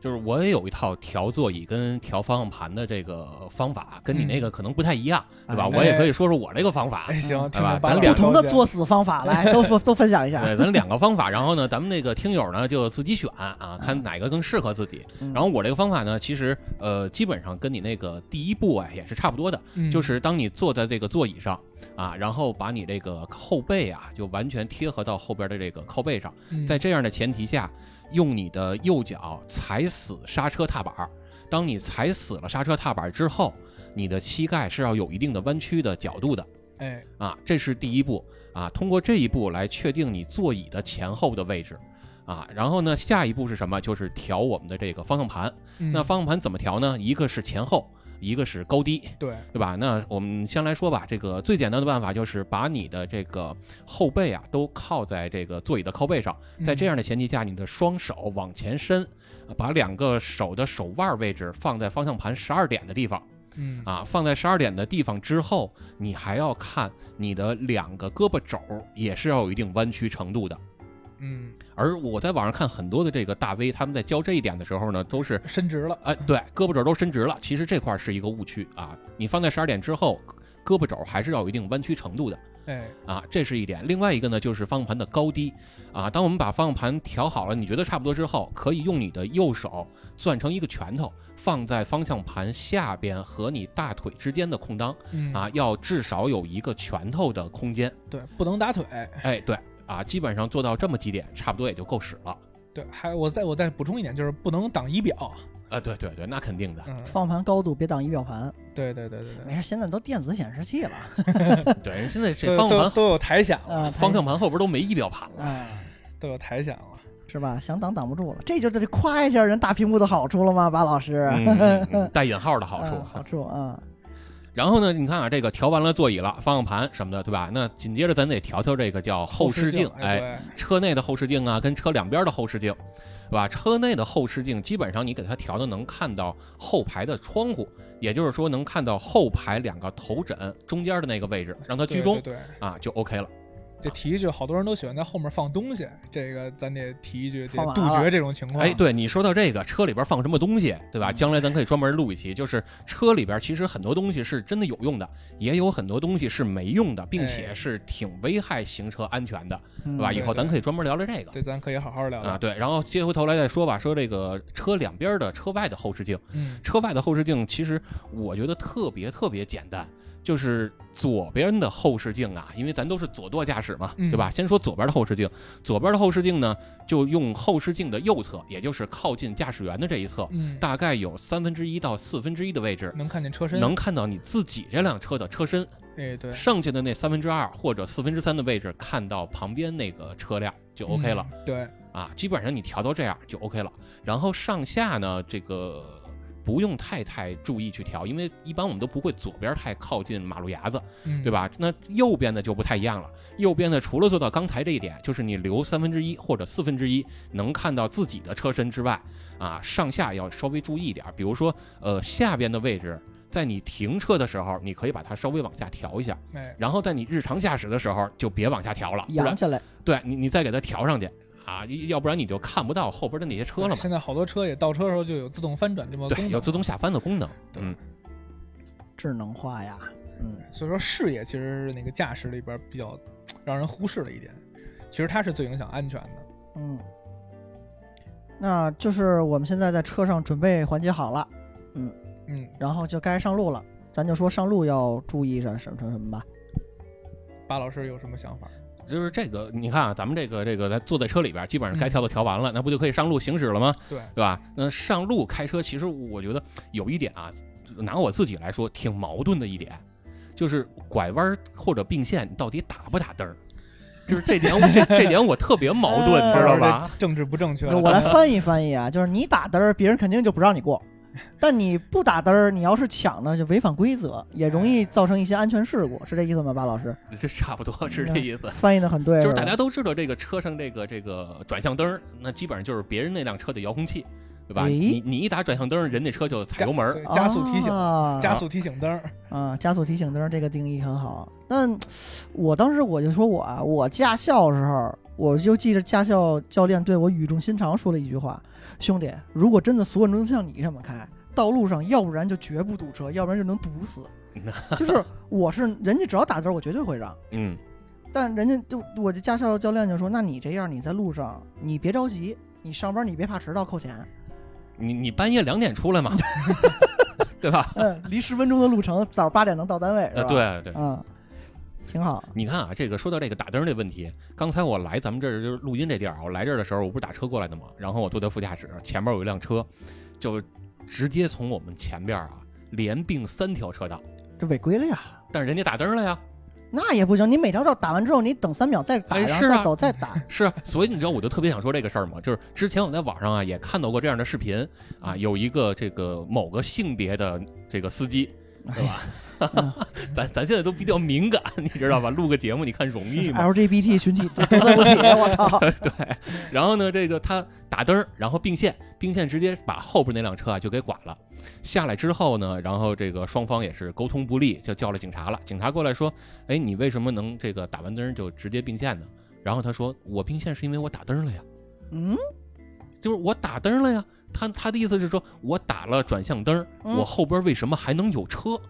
S1: 就是我也有一套调座椅跟调方向盘的这个方法，跟你那个可能不太一样，对吧？
S2: 哎
S1: 我也可以说说我这个方法。
S3: 嗯哎，行，听
S1: 嗯吧
S3: 听巴
S1: 咱
S3: 老
S1: 俩
S2: 不
S3: 师
S2: 同的
S3: 高见
S2: 作死方法来都都分享一下。
S1: 对，咱两个方法，然后呢，咱们那个听友呢就自己选啊，看
S3: 嗯
S1: 哪个更适合自己。
S2: 嗯
S1: 然后我这个方法呢，其实呃，基本上跟你那个第一步啊也是差不多的，
S3: 嗯
S1: 就是当你坐在这个座椅上啊，然后把你这个后背啊就完全贴合到后边的这个靠背上，
S3: 嗯
S1: 在这样的前提下，用你的右脚踩死刹车踏板儿。当你踩死了刹车踏板儿之后，你的膝盖是要有一定的弯曲的角度的
S3: 哎，
S1: 啊，这是第一步啊。通过这一步来确定你座椅的前后的位置啊。然后呢，下一步是什么？就是调我们的这个方向盘。
S3: 嗯
S1: 那方向盘怎么调呢？一个是前后，一个是高低。
S3: 对，
S1: 对吧？那我们先来说吧，这个最简单的办法就是把你的这个后背啊都靠在这个座椅的靠背上，
S3: 嗯
S1: 在这样的前提下，你的双手往前伸，啊把两个手的手腕位置放在方向盘十二点的地方
S3: 嗯
S1: 啊，放在十二点的地方之后，你还要看你的两个胳膊肘也是要有一定弯曲程度的。
S3: 嗯，
S1: 而我在网上看很多的这个大 V，他们在教这一点的时候呢，都是
S3: 伸直了，
S1: 哎，对，胳膊肘都伸直了。其实这块儿是一个误区啊，你放在十二点之后，胳膊肘还是要有一定弯曲程度的
S3: 哎，
S1: 啊，这是一点。另外一个呢，就是方向盘的高低啊。当我们把方向盘调好了，你觉得差不多之后，可以用你的右手攥成一个拳头，放在方向盘下边和你大腿之间的空当
S3: 嗯
S1: 啊，，要至少有一个拳头的空间。
S3: 对，不能打腿。
S1: 哎，对啊，基本上做到这么几点，差不多也就够使了。
S3: 对，还有我再我再补充一点，就是不能挡仪表。
S1: 啊，对对对，那肯定的。
S3: 嗯，
S2: 方向盘高度别挡仪表盘，
S3: 对对对对
S2: 没事，现在都电子显示器了。
S1: 对，人现在这
S3: 对，
S1: 方
S3: 都
S1: 向
S3: 都
S1: 盘
S3: 都有抬响了，
S2: 啊，
S1: 方向盘后边都没仪表盘了。
S2: 哎，
S3: 都有抬响了。
S2: 是吧？想挡挡不住了，这就是这夸一下人大屏幕的好处了吗？巴老师，
S1: 嗯嗯嗯带引号的好处
S2: 啊嗯。好处啊，
S1: 然后呢，你看啊，这个调完了座椅了，方向盘什么的，对吧？那紧接着咱得调调这个叫后视镜，哎，
S3: 哎，
S1: 车内的后视镜啊，跟车两边的后视镜，对吧？车内的后视镜基本上你给它调的能看到后排的窗户，也就是说能看到后排两个头枕中间的那个位置，让它
S3: 对
S1: 居中
S3: 对对，
S1: 啊，就 OK 了。
S3: 得提一句，好多人都喜欢在后面放东西，这个咱得提一句，得
S2: 放完
S3: 杜
S2: 了
S3: 绝这种情况。
S1: 哎，，对你说到这个车里边放什么东西，对吧？将来咱可以专门录一期，就是车里边其实很多东西是真的有用的，也有很多东西是没用的，并且
S3: 哎
S1: 是挺危害行车安全的，
S2: 嗯
S1: 对吧？
S3: 嗯
S1: 以后咱可以专门聊聊这个。
S3: 对，咱可以好好聊聊。
S1: 啊，对，然后接回头来再说吧，说这个车两边的车外的后视镜，
S3: 嗯，
S1: 车外的后视镜其实我觉得特别特别简单，就是左边的后视镜啊，因为咱都是左舵驾驶嘛，
S3: 嗯
S1: 对吧？先说左边的后视镜，左边的后视镜呢，就用后视镜的右侧，也就是靠近驾驶员的这一侧，
S3: 嗯，
S1: 大概有三分之一到四分之一的位置。
S3: 能看见车身，
S1: 能看到你自己这辆车的车身，
S3: 哎，对，
S1: 剩下的那三分之二或者四分之三的位置看到旁边那个车辆就 OK 了。
S3: 嗯。对，
S1: 啊，基本上你调到这样就 OK 了。然后上下呢，这个不用太太注意去调，因为一般我们都不会左边太靠近马路牙子，
S3: 嗯，
S1: 对？吧？那右边的就不太一样了。右边的除了做到刚才这一点，就是你留三分之一或者四分之一能看到自己的车身之外，啊，上下要稍微注意一点。比如说，呃，下边的位置。在你停车的时候，你可以把它稍微往下调一下，
S3: 哎，
S1: 然后在你日常驾驶的时候就别往下调了，不然
S2: 扬起来，
S1: 对你，你再给它调上去啊，一要不然你就看不到后边的那些车了
S3: 对
S1: 嘛。
S3: 现在好多车也倒车的时候就有自动翻转这么个功
S1: 对，
S3: 能，
S1: 有自动下翻的功能。
S3: 对
S1: 嗯，
S2: 智能化呀，嗯，
S3: 所以说视野其实是那个驾驶里边比较让人忽视的一点，其实它是最影响安全的。
S2: 嗯，那就是我们现在在车上准备环节好了，
S3: 嗯，
S2: 然后就该上路了。咱就说上路要注意什什么什么吧。
S3: 巴老师有什么想法？
S1: 就是这个，你看啊，咱们这个这个咱坐在车里边，基本上
S3: 嗯
S1: 该调的调完了，那不就可以上路行驶了吗？
S3: 对，
S1: 对吧？那上路开车，其实我觉得有一点啊，拿我自己来说，挺矛盾的一点，就是拐弯或者并线到底打不打灯儿，就是这点我 这这点我特别矛盾，
S3: 哎
S2: 呃
S1: 你知道吧？？
S3: 政治不正确了，
S2: 我来翻译翻译啊，就是你打嘚儿，别人肯定就不让你过；但你不打嘚儿，你要是抢呢，就违反规则，也容易造成一些安全事故，是这意思吗？巴老师
S1: 这差不多是这意思。
S2: 翻译的很对，
S1: 就是
S2: 吧
S1: 大家都知道这个车上这个这个转向灯儿，那基本上就是别人那辆车的遥控器，对吧？
S2: 诶
S1: 你你一打转向灯儿，人那车就踩油门儿。
S3: 对加速提醒
S2: 啊
S3: 加速提醒灯儿，
S2: 啊，加速提醒灯这个定义很好。那我当时我就说我啊，我驾校时候，我就记着驾校教练对我语重心长说了一句话：“兄弟，如果真的所有人都像你这么开，道路上要不然就绝不堵车，要不然就能堵死。”就是我是人家只要打灯，我绝对会让。
S1: 嗯，
S2: 但人家就我这驾校教练就说：“那你这样，你在路上你别着急，你上班你别怕迟到扣钱。
S1: 你你半夜两点出来 嘛，对吧？
S2: 嗯，离十分钟的路程，早上八点能到单位，是吧？
S1: 呃，，对对。
S2: 嗯，挺好。
S1: 你看啊，这个说到这个打灯儿这问题，刚才我来咱们这儿就是录音这地儿啊，我来这儿的时候，我不是打车过来的嘛，然后我坐在副驾驶，前面有一辆车，就直接从我们前边啊连并三条车道，
S2: 这违规了呀。”
S1: 但是人家打灯儿了呀，
S2: 那也不行，你每条道打完之后，你等三秒再打，
S1: 哎
S2: 然
S1: 是
S2: 后再
S1: 啊
S2: 走 再打。
S1: 是，所以你知道，我就特别想说这个事儿嘛，就是之前我在网上啊也看到过这样的视频啊，有一个这个某个性别的这个司机，对吧？ 咱咱现在都比较敏感，你知道吧？录个节目你看容易
S2: 哎 啊
S1: 吗？
S2: LGBT 群体都对不起，我 操！
S1: 然后呢，这个他打灯儿，然后并线，并线直接把后边那辆车啊就给剐了。下来之后呢，然后这个双方也是沟通不力，就叫了警察了。警察过来说：“哎，你为什么能这个打完灯儿就直接并线呢？”然后他说：“我并线是因为我打灯儿了呀。”
S2: 嗯，
S1: 就是我打灯了呀。他他的意思是说，我打了转向灯，
S2: 嗯
S1: 我后边为什么还能有车？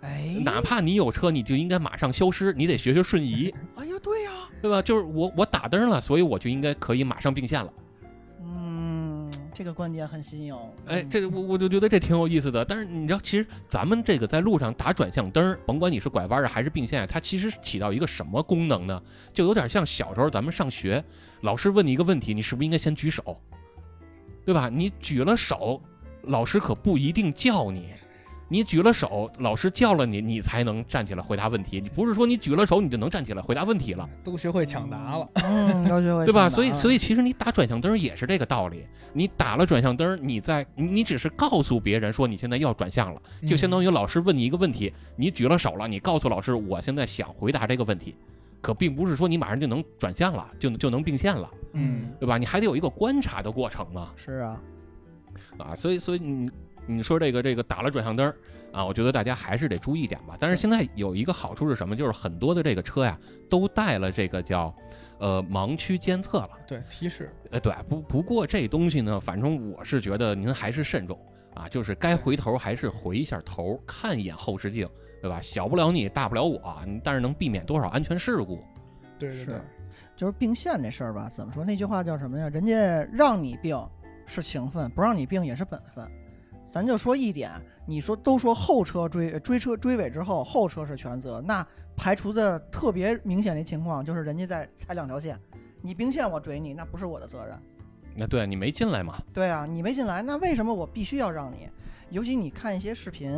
S2: 哎，
S1: 哪怕你有车，你就应该马上消失，你得学学瞬移，
S2: 哎呦，对呀、
S1: 对吧？就是我我打灯了，所以我就应该可以马上并线了。
S2: 嗯，这个观点很新颖。
S1: 哎，
S2: 嗯
S1: 这我我就觉得这挺有意思的。但是你知道，其实咱们这个在路上打转向灯，甭管你是拐弯啊还是并线啊，它其实起到一个什么功能呢？就有点像小时候咱们上学，老师问你一个问题，你是不是应该先举手，对吧？你举了手，老师可不一定叫你。你举了手，老师叫了你，你才能站起来回答问题。你不是说你举了手你就能站起来回答问题了。
S3: 都学会抢答了。。
S2: 嗯，要学会
S1: 对吧？
S2: 抢答
S1: 所以，
S2: 了
S1: 所以其实你打转向灯也是这个道理。你打了转向灯，你在你你只是告诉别人说你现在要转向了，就相当于老师问你一个问题，你举了手了，你告诉老师我现在想回答这个问题，可并不是说你马上就能转向了，就就能并线了，
S3: 嗯，
S1: 对吧？你还得有一个观察的过程嘛，
S2: 是啊，
S1: 啊，所以所以你你说这个这个打了转向灯，啊，我觉得大家还是得注意一点吧。但是现在有一个好处是什么？就是很多的这个车呀，都带了这个叫呃盲区监测了。
S3: 对提示，
S1: 呃，对，不不过这东西呢，反正我是觉得您还是慎重啊，就是该回头还是回一下头，看一眼后视镜，对吧？小不了你，大不了我，你但是能避免多少安全事故？
S3: 对对对
S2: 是，就是并线这事儿吧，怎么说？那句话叫什么呀？人家让你病是情分，不让你病也是本分。咱就说一点，你说都说后车追追车追尾之后，后车是全责，那排除的特别明显的情况就是人家在踩两条线，你并线我追你，那不是我的责任。
S1: 那对你没进来嘛？
S2: 对啊，你没进来，那为什么我必须要让你？尤其你看一些视频，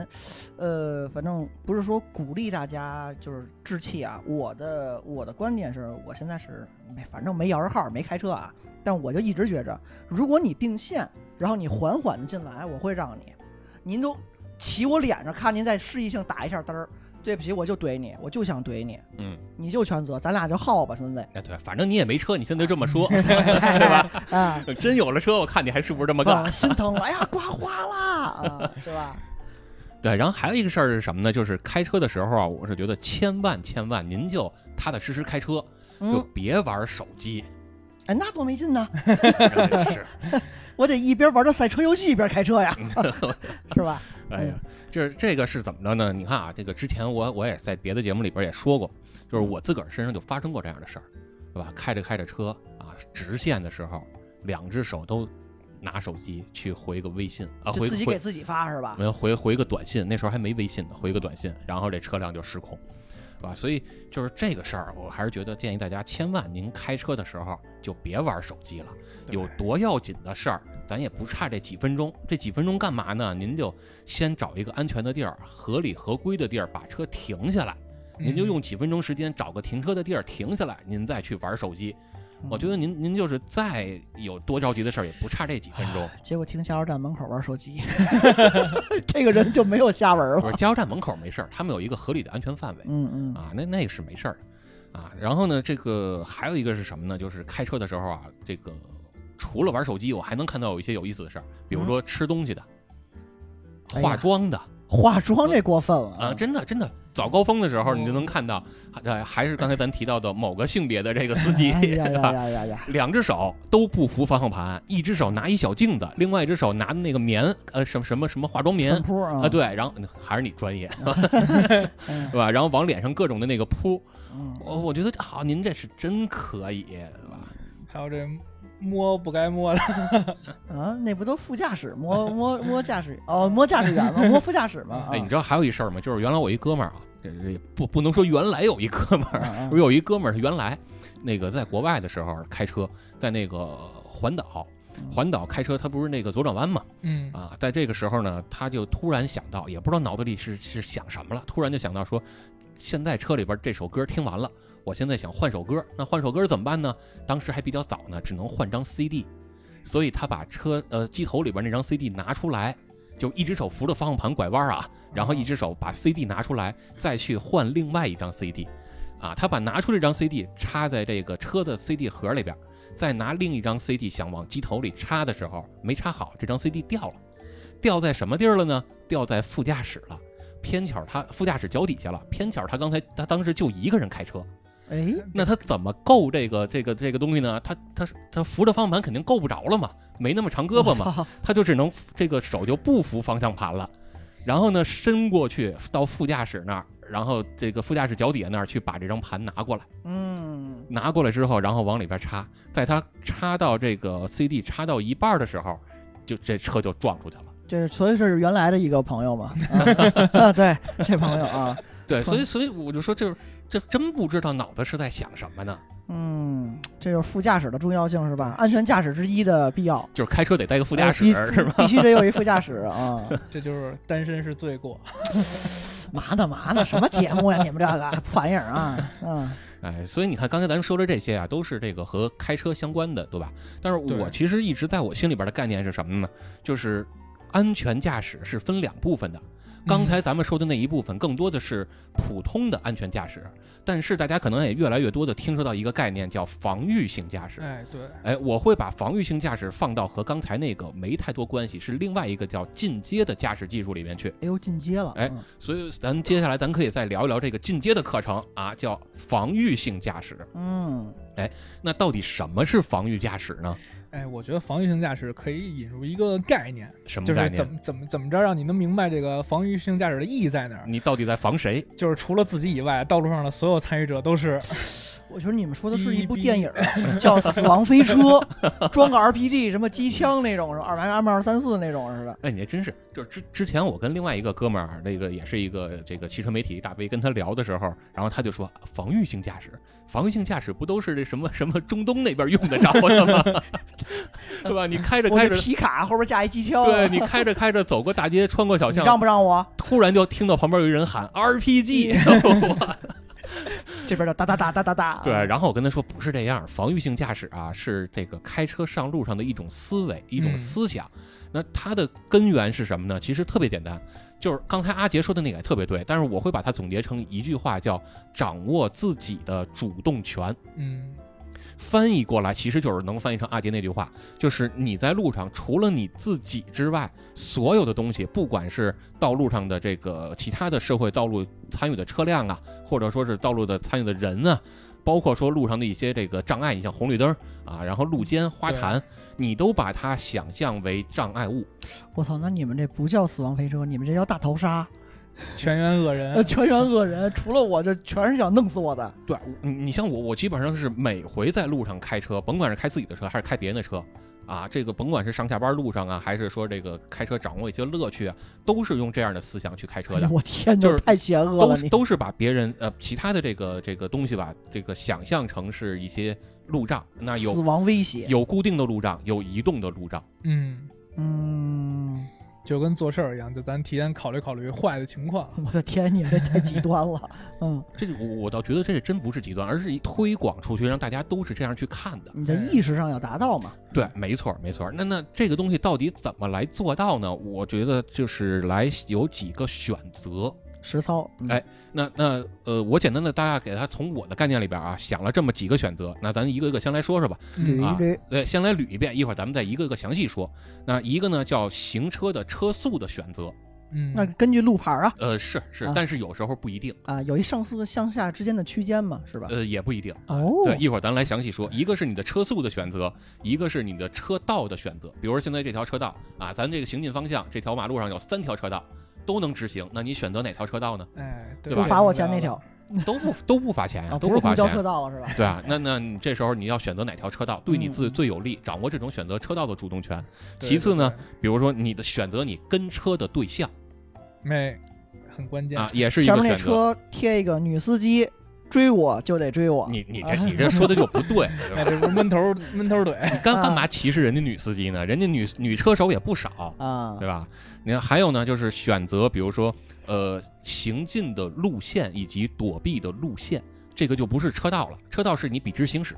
S2: 呃，反正不是说鼓励大家就是置气啊。我的我的观点是我现在是没，反正没摇着号，没开车啊。但我就一直觉着，如果你并线，然后你缓缓的进来，我会让你。您都骑我脸上，看您再示意性打一下嘚儿，对不起，我就怼你，我就想怼你，
S1: 嗯，
S2: 你就全责，咱俩就耗吧，兄弟。
S1: 那对，反正你也没车，你现在就这么说，
S2: 对
S1: 吧？
S2: 啊，
S1: 真有了车，我看你还是不是这么干
S2: 啊？心疼了，哎呀，刮 花啦，啊，对吧？
S1: 对，然后还有一个事儿是什么呢？就是开车的时候啊，我是觉得千万千万您就踏踏实实开车，就
S2: 嗯，
S1: 别玩手机。
S2: 哎，那多没劲呢！
S1: 是，
S2: 我得一边玩着赛车游戏一边开车 呀，是吧？
S1: 哎呀，
S2: 嗯
S1: 这这个是怎么着呢？你看啊，这个之前我我也在别的节目里边也说过，就是
S2: 嗯
S1: 我自个儿身上就发生过这样的事儿，对吧？开着开着车啊，直线的时候，两只手都拿手机去回个微信啊，
S2: 就
S1: 回
S2: 自己
S1: 回
S2: 给自己发是吧？
S1: 没有回回个短信，那时候还没微信呢，回个短信，然后这车辆就失控，是吧？所以就是这个事儿，我还是觉得建议大家千万您开车的时候就别玩手机了，
S3: 对
S1: 有多要紧的事儿，咱也不差这几分钟，这几分钟干嘛呢？您就先找一个安全的地儿，合理合规的地儿把车停下来，您就
S3: 嗯
S1: 用几分钟时间找个停车的地儿停下来，您再去玩手机。我觉得
S2: 嗯
S1: 您您就是再有多着急的事儿，也不差这几分 钟。
S2: 结果停加油站门口玩手机， 这个人就没有下文
S1: 不
S2: 了。
S1: 是加油站门口没事儿，他们有一个合理的安全范围。
S2: 嗯嗯，
S1: 啊，那那是没事儿的啊。然后呢，这个还有一个是什么呢？就是开车的时候啊，这个除了玩手机，我还能看到有一些有意思的事儿，比如说吃东西的、
S2: 哎呀
S1: 化妆的、
S2: 化妆这过分了
S1: 啊，真的真的，早高峰的时候你就
S2: 哦
S1: 能看到，还呃还是刚才咱提到的某个性别的这个司机，
S2: 哎呀
S1: 是
S2: 呀
S1: 吧？
S2: 呀呀呀！
S1: 两只手都不扶方向盘，一只手拿一小镜子，另外一只手拿那个棉，呃，什么什么什么化妆棉
S2: 粉扑啊
S1: 啊，，对，然后还是你专 业，
S2: 嗯
S1: 是吧？然后往脸上各种的那个扑，
S2: 嗯，
S1: 我我觉得好、您这是真可以，对吧？
S3: 还有这摸不该摸的，
S2: 啊，那不都副驾驶 摸摸摸驾驶哦，摸驾驶员吗？摸副驾驶吗？啊
S1: 哎，你知道还有一事儿吗？就是原来我一哥们儿啊，这这不不能说原来有一哥们儿，
S2: 啊
S1: 我有一哥们儿他原来那个在国外的时候开车，在那个环岛，环岛开车他不是那个左转弯嘛
S3: 嗯，
S1: 啊，在这个时候呢，他就突然想到，也不知道脑子里是是想什么了，突然就想到说，现在车里边这首歌听完了，我现在想换首歌，那换首歌怎么办呢？当时还比较早呢，只能换张 CD，所以他把车呃机头里边那张 CD 拿出来，就一只手扶着方向盘拐弯啊，然后一只手把 CD 拿出来，再去换另外一张 CD，啊，他把拿出这张 CD 插在这个车的 CD 盒里边，再拿另一张 CD 想往机头里插的时候没插好，这张 CD 掉了，掉在什么地儿了呢？掉在副驾驶了。偏巧他副驾驶脚底下了，偏巧他刚才他当时就一个人开车，
S2: 哎，
S1: 那他怎么够这个这个这个东西呢？他他他扶着方向盘肯定够不着了嘛，没那么长胳膊嘛，
S2: 嘛，
S1: 他就只能这个手就不扶方向盘了，然后呢伸过去到副驾驶那儿，然后这个副驾驶脚底下那儿去把这张盘拿过来，
S2: 嗯，
S1: 拿过来之后，然后往里边插，在他插到这个 CD 插到一半的时候，就这车就撞出去了。
S2: 这是所以是原来的一个朋 友嘛，啊啊，对，这朋友啊，
S1: 对，
S2: 撞
S1: 所以所以我就说这这真不知道脑子是在想什么呢，
S2: 嗯，这就是副驾驶的重要性是吧？安全驾驶之一的必要。
S1: 就是开车得带个副驾
S2: 哎
S1: 驶
S2: 必
S1: 是 吧？
S2: 必须得有一副驾驶 啊！
S3: 这就是单身是罪过，
S2: 嘛呢嘛呢，什么节目呀？你们这个 破玩意儿 啊！嗯，
S1: 哎，所以你看，刚才咱们说的这些啊，都是这个和开车相关的，对吧？但是我
S3: 对
S1: 其实一
S3: 嗯
S1: 直在我心里边的概念是什么呢？就是安全驾驶是分两部分的，刚才咱们说的那一部分，更多的是普通的安全驾驶，但是大家可能也越来越多的听说到一个概念叫防御性驾驶。
S3: 哎，对，
S1: 哎，我会把防御性驾驶放到和刚才那个没太多关系，是另外一个叫进阶的驾驶技术里面去。
S2: 哎呦进阶了，
S1: 哎
S2: 嗯
S1: 所以咱接下来咱可以再聊一聊这个进阶的课程啊，叫防御性驾驶。
S2: 嗯，
S1: 那到底什么是防御驾驶呢？
S3: 哎，我觉得防御性驾驶可以引入一个概念，
S1: 什么
S3: 就
S1: 概
S3: 是怎
S1: 念？
S3: 么怎么怎么着让你能明白这个防御性驾驶的意义在哪儿。
S1: 你到底在防谁？
S3: 就是除了自己以外，道路上的所有参与者都是
S2: 我觉得你们说的是一部
S3: 哔哔
S2: 电影儿， 叫《死亡飞车》， 装个 RPG 什么机枪那种，是吧二 M 二三四那种似的。
S1: 哎，你还真是，就是之之前我跟另外一个哥们儿，那个也是一个这个汽车媒体大 V，跟他聊的时候，然后他就说防御性驾驶，防御性驾驶不都是这什么什么中东那边用得着的吗？ 对吧？你开着
S2: 我
S1: 开
S2: 那
S1: 着，
S2: 皮卡后边加一机枪，
S1: 对你开着开着走过大街，穿过小
S2: 你
S1: 巷，
S2: 让不让我？
S1: 突然就听到旁边有一人喊 RPG，
S2: 这边的哒哒哒哒哒哒。
S1: 对，然后我跟他说不是这样，防御性驾驶啊是这个开车上路上的一种思维，一种
S3: 嗯
S1: 思想。那它的根源是什么呢？其实特别简单，就是刚才阿杰说的那个也特别对，但是我会把它总结成一句话，叫掌握自己的主动权。
S3: 嗯，
S1: 翻译过来其实就是能翻译成阿杰那句话，就是你在路上除了你自己之外，所有的东西，不管是道路上的这个其他的社会道路参与的车辆啊，或者说是道路的参与的人啊，包括说路上的一些这个障碍，你像红绿灯啊，然后路肩、花坛，你都把它想象为障碍物。
S2: 我操，那你们这不叫死亡飞车，你们这叫大逃杀，
S3: 全员恶
S1: 哎
S2: 呃，
S3: 人，
S2: 全员恶人，除了我，这全是想弄死我的。
S1: 对，你嗯你像我，我基本上是每回在路上开车，甭管是开自己的车还是开别人的车，啊，这个甭管是上下班路上啊，还是说这个开车掌握一些乐趣啊，都是用这样的思想去开车
S2: 哎呦
S1: 的，
S2: 我天，
S1: 就是
S2: 这太邪恶
S1: 都
S2: 了！
S1: 是
S2: 你
S1: 都是把别人呃其他的这个这个东西吧，这个想象成是一些路障，那
S2: 死
S1: 有
S2: 亡威胁，
S1: 有固定的路障，有移动的路障，
S3: 嗯，
S2: 嗯，
S3: 就跟做事儿一样，就咱提前考虑考虑坏的情况。
S2: 我的天，你们这太极端了。嗯，
S1: 这我我倒觉得这真不是极端，而是一推广出去，让大家都是这样去看的。
S2: 你的意识上要达到嘛。
S1: 对，没错儿，没错儿。那那这个东西到底怎么来做到呢？我觉得就是来有几个选择。
S2: 实操，嗯
S1: 哎那那呃，我简单的大概给它从我的概念里边啊想了这么几个选择。那咱一个一个先来说说吧。
S2: 捋
S1: 啊
S2: 一捋，
S1: 对，先来捋一遍，一会儿咱们再一个一个详细说。那一个呢叫行车的车速的选择，
S3: 嗯，
S2: 那根据路牌啊，
S1: 呃，是是
S2: 啊，
S1: 但是有时候不一定，
S2: 啊，有一上速向下之间的区间嘛，是吧？
S1: 呃，也不一定。
S2: 哦，
S1: 对，一会儿咱来详细说。一个是你的车速的选择，一个是你的车道的选择。比如说现在这条车道啊，咱这个行进方向，这条马路上有三条车道，都能执行。那你选择哪条车道呢？
S3: 哎，
S1: 对
S2: 不
S1: 吧
S2: 罚我钱那条
S1: 都不都不罚钱呀、
S2: 啊，
S1: 都
S2: 不是
S1: 罚
S2: 公交车
S1: 钱。
S2: 道了是吧？
S1: 对啊，那那你这时候你要选择哪条车道对你自
S2: 嗯
S1: 最有利，掌握这种选择车道的主动权。
S3: 对
S1: 其次呢，比如说你的选择你跟车的对象
S3: 没很关键
S1: 啊，也是一
S2: 前
S1: 个
S2: 面那
S1: 选择。
S2: 车贴一个女司机追我就得追我，
S1: 你你这你这说的就不 对，对
S3: 哎，
S1: 吧
S3: 这不是闷头闷头怼，
S1: 你干干嘛歧视人家女司机呢？人家女女车手也不少，
S2: 啊
S1: 对，吧？你看，还有呢，就是选择，比如说，呃，行进的路线以及躲避的路线，这个就不是车道了，车道是你笔直行驶，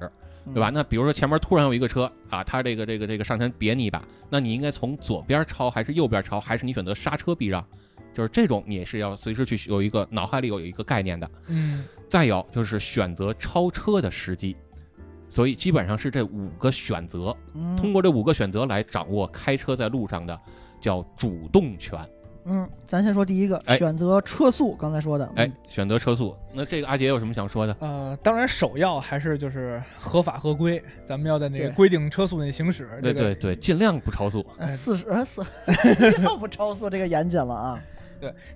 S2: 嗯
S1: 对吧？那比如说前面突然有一个车啊，他这个这个这个上前别你一把，那你应该从左边超还是右边超，还是你选择刹车避让？就是这种，你也是要随时去有一个脑海里有一个概念的。
S3: 嗯，
S1: 再有就是选择超车的时机，所以基本上是这五个选择，
S2: 嗯？
S1: 通过这五个选择来掌握开车在路上的叫主动权。
S2: 嗯，咱先说第一个，
S1: 哎
S2: 选择车速，刚才说的，
S1: 哎
S2: 嗯，，
S1: 选择车速，那这个阿杰有什么想说的？
S3: 呃，当然首要还是就是合法合规，咱们要在那个
S2: 对
S3: 规定车速内行驶。
S2: 呃
S1: 对对对，尽量不超速。
S3: 哎
S2: 四十呃四， 要不超速这个严谨了啊，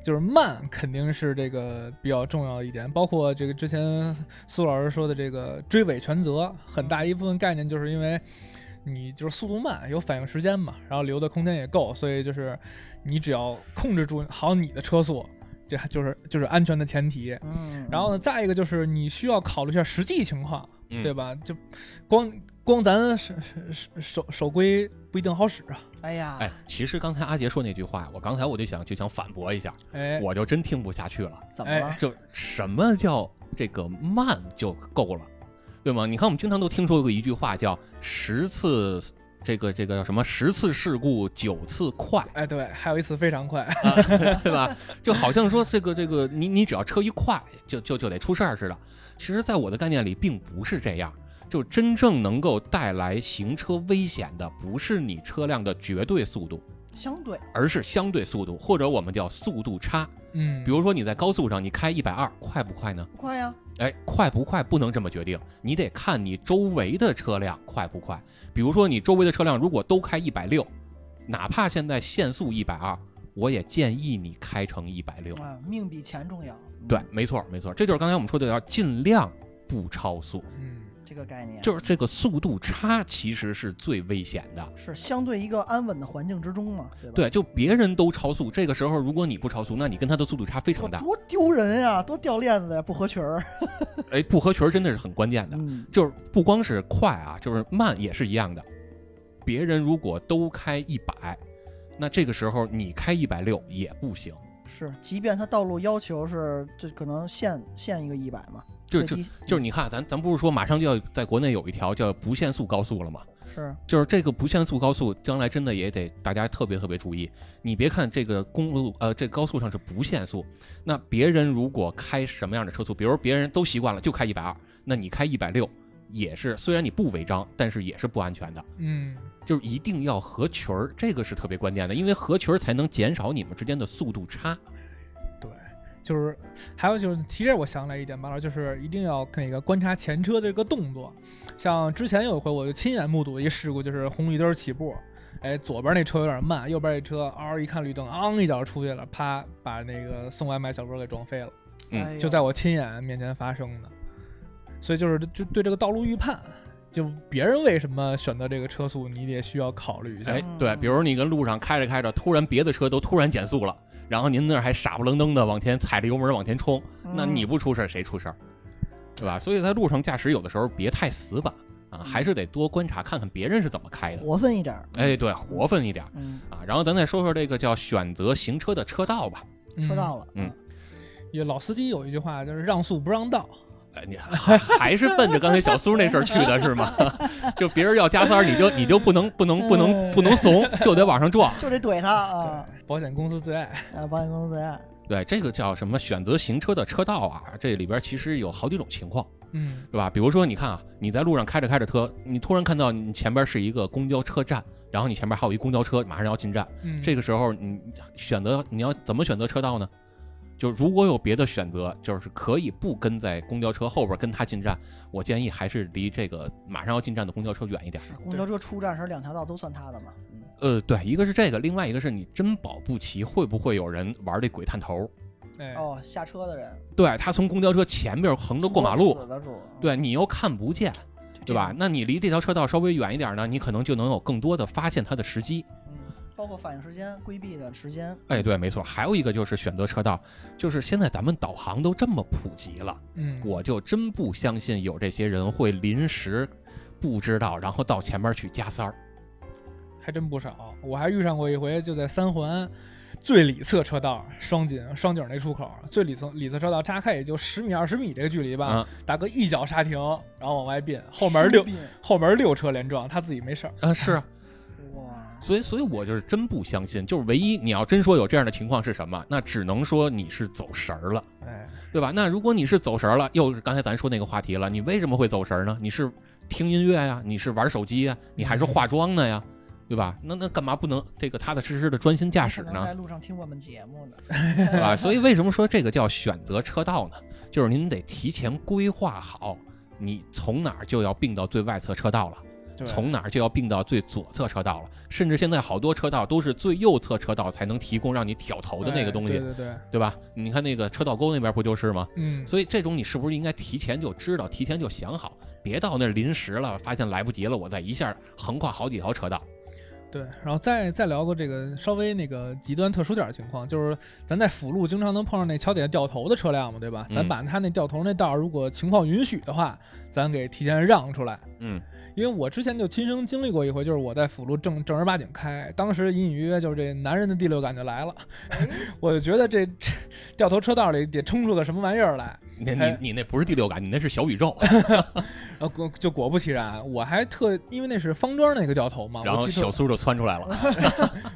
S3: 就是慢肯定是这个比较重要一点，包括这个之前苏老师说的这个追尾全责，很大一部分概念就是因为你就是速度慢，有反应时间嘛，然后留的空间也够，所以就是你只要控制住好你的车速，这还就是就是安全的前提。
S2: 嗯，
S3: 然后呢，再一个就是你需要考虑一下实际情况，
S1: 嗯
S3: 对吧？就光光咱守守守守规不一定好使啊，
S2: 哎呀，
S1: 哎，其实刚才阿杰说那句话，我刚才我就想就想反驳一下，
S3: 哎，
S1: 我就真听不下去了。
S2: 怎么了？
S1: 就什么叫这个慢就够了，对吗？你看我们经常都听说过一句话叫“十次这个这个叫什么十次事故九次快，
S3: 哎，对，还有一次非常 快，
S1: 啊对吧？就好像说这个这个你你只要车一快就就就得出事儿似的。其实，在我的概念里，并不是这样。就真正能够带来行车危险的，不是你车辆的绝对速度，
S2: 相对
S1: 而是相对速度，或者我们叫速度差。
S3: 嗯，
S1: 比如说你在高速上，你开一百二，快不快呢？
S2: 不快呀，
S1: 哎，快不快不能这么决定，你得看你周围的车辆快不快。比如说，你周围的车辆如果都开一百六，哪怕现在限速一百二，我也建议你开成一百六。
S2: 啊，命比钱重要。嗯
S1: 对，，没错，没错，这就是刚才我们说的，要尽量不超速，
S3: 嗯，
S2: 这个概念
S1: 就是这个速度差其实是最危险的。
S2: 是相对一个安稳的环境之中嘛，对吧？
S1: 对，就别人都超速，这个时候如果你不超速，那你跟他的速度差非
S2: 多
S1: 常大。
S2: 多丢人呀、多掉链子呀、不合群儿。
S1: 哎，不合群儿真的是很关键的。
S2: 嗯，
S1: 就是不光是快啊，就是慢也是一样的。别人如果都开一百，那这个时候你开一百六也不行。
S2: 是，即便它道路要求是，这可能限限一个一百嘛，
S1: 就
S2: 最
S1: 就
S2: 低
S1: 就是你看，啊咱咱不是说马上就要在国内有一条叫不限速高速了吗？
S2: 是
S1: 就是这个不限速高速，将来真的也得大家特别特别注意。你别看这个公路，呃，这高速上是不限速，那别人如果开什么样的车速，比如别人都习惯了就开一百二，那你开一百六也是，虽然你不违章，但是也是不安全的。
S3: 嗯，
S1: 就是一定要合群儿，这个是特别关键的，因为合群儿才能减少你们之间的速度差。
S3: 对，就是还有就是，其实我想起来一点，马老师就是一定要那个观察前车的这个动作。像之前有一回，我就亲眼目睹一事故，就是红绿灯起步，哎，左边那车有点慢，右边那车嗷一看绿灯，昂一脚出去了，啪，把那个送外卖小哥给撞飞了，
S1: 嗯
S2: 哎呦
S3: 就在我亲眼面前发生的。所以就是就对这个道路预判，就别人为什么选择这个车速，你也需要考虑一下。
S1: 哎
S2: 嗯，
S1: 对，比如你跟路上开着开着，突然别的车都突然减速了，然后您那儿还傻不愣登的往前踩着油门往前冲，那
S2: 嗯
S1: 你不出事儿谁出事儿？对吧？所以在路上驾驶有的时候别太死板啊，还是得多观察看看别人是怎么开的。
S2: 活分一点儿。
S1: 哎，对，活分一点儿
S2: 嗯，
S1: 啊。然后咱再说说这个叫选择行车的车道吧。
S2: 车到了，
S1: 嗯，
S3: 有老司机有一句话就是让速不让道，
S1: 哎，你还还是奔着刚才小苏那事儿去的是吗？ 就别人要加塞儿，你就你就不能不能不能不能怂，就得往上撞。
S2: 就得怼他啊！
S1: 哎
S3: 对，保险公司最爱。
S2: 啊，保险公司最爱。
S1: 对，这个叫什么？选择行车的车道啊，这里边其实有好几种情况，
S3: 嗯
S1: 对吧？比如说，你看啊，你在路上开着开着车，你突然看到你前边是一个公交车站，然后你前边还有一公交车马上要进站，
S3: 嗯，
S1: 这
S3: 个
S1: 个时候你选择你要怎么选择车道呢？就如果有别的选择，就是可以不跟在公交车后边跟他进站，我建议还是离这个马上要进站的公交车远一点。
S2: 公交车出站时两条道都算他的嘛。嗯，
S1: 呃，对，一个是这个，另外一个是你真保不齐会不会有人玩这鬼探头，
S3: 哎，
S2: 哦，下车的人
S1: 对他从公交车前面横着过马路
S2: 作，死的主，嗯
S1: 对你又看不见，
S2: 这
S1: 对吧
S2: 种？？
S1: 那你离这条车道稍微远一点呢，你可能就能有更多的发现它的时机。
S2: 嗯，包括反应时间、规避的时间，
S1: 哎，对，没错。还有一个就是选择车道，就是现在咱们导航都这么普及了。
S3: 嗯，
S1: 我就真不相信有这些人会临时不知道，然后到前面去加塞儿。
S3: 还真不少，我还遇上过一回，就在三环最里侧车道双井双井那出口，最里侧里侧车道扎开也就十米二十米这个距离吧，
S1: 啊
S3: 大哥一脚刹停，然后往外并，后门六
S2: 生病
S3: 后门六车连撞，他自己没事儿。
S1: 啊，是啊，
S2: 哇，
S1: 所以所以我就是真不相信，就是唯一你要真说有这样的情况是什么，那只能说你是走神儿了，
S3: 哎，
S1: 对吧？那如果你是走神儿了，又是刚才咱说那个话题了，你为什么会走神儿呢？你是听音乐呀、你是玩手机呀、你还是化妆呢呀？对吧？那那干嘛不能这个踏踏实实的专心驾驶
S2: 可
S1: 呢？
S2: 能在路上听我们节目 呢。
S1: 啊，所以为什么说这个叫选择车道呢？就是您得提前规划好，你从哪儿就要并到最外侧车道了，
S3: 对
S1: 从哪儿就要并到最左侧车道了，甚至现在好多车道都是最右侧车道才能提供让你挑头的那个
S3: 哎
S1: 东西，
S3: 对对对，
S1: 对吧？你看那个车道沟那边不就是吗？
S3: 嗯，
S1: 所以这种你是不是应该提前就知道，提前就想好，别到那儿临时了，发现来不及了，我再一下横跨好几条车道。
S3: 对，然后再再聊个这个稍微那个极端特殊点儿的情况，就是咱在辅路经常能碰上那桥底下掉头的车辆嘛，对吧？咱
S1: 嗯
S3: 把他那掉头那道儿，如果情况允许的话，咱给提前让出来。
S1: 嗯，
S3: 因为我之前就亲身经历过一回，就是我在辅路正正儿八经开，当时隐隐约约就是这男人的 第六感就来了，我就觉得这这掉头车道里得冲出个什么玩意儿来。
S1: 你你
S3: 还
S1: 你那不是第六感，你那是小宇 宙。
S3: 然后果就果不其然，我还特因为那是方庄那个掉头嘛，
S1: 然后
S3: 我记
S1: 小
S3: 特
S1: 苏就窜出来了，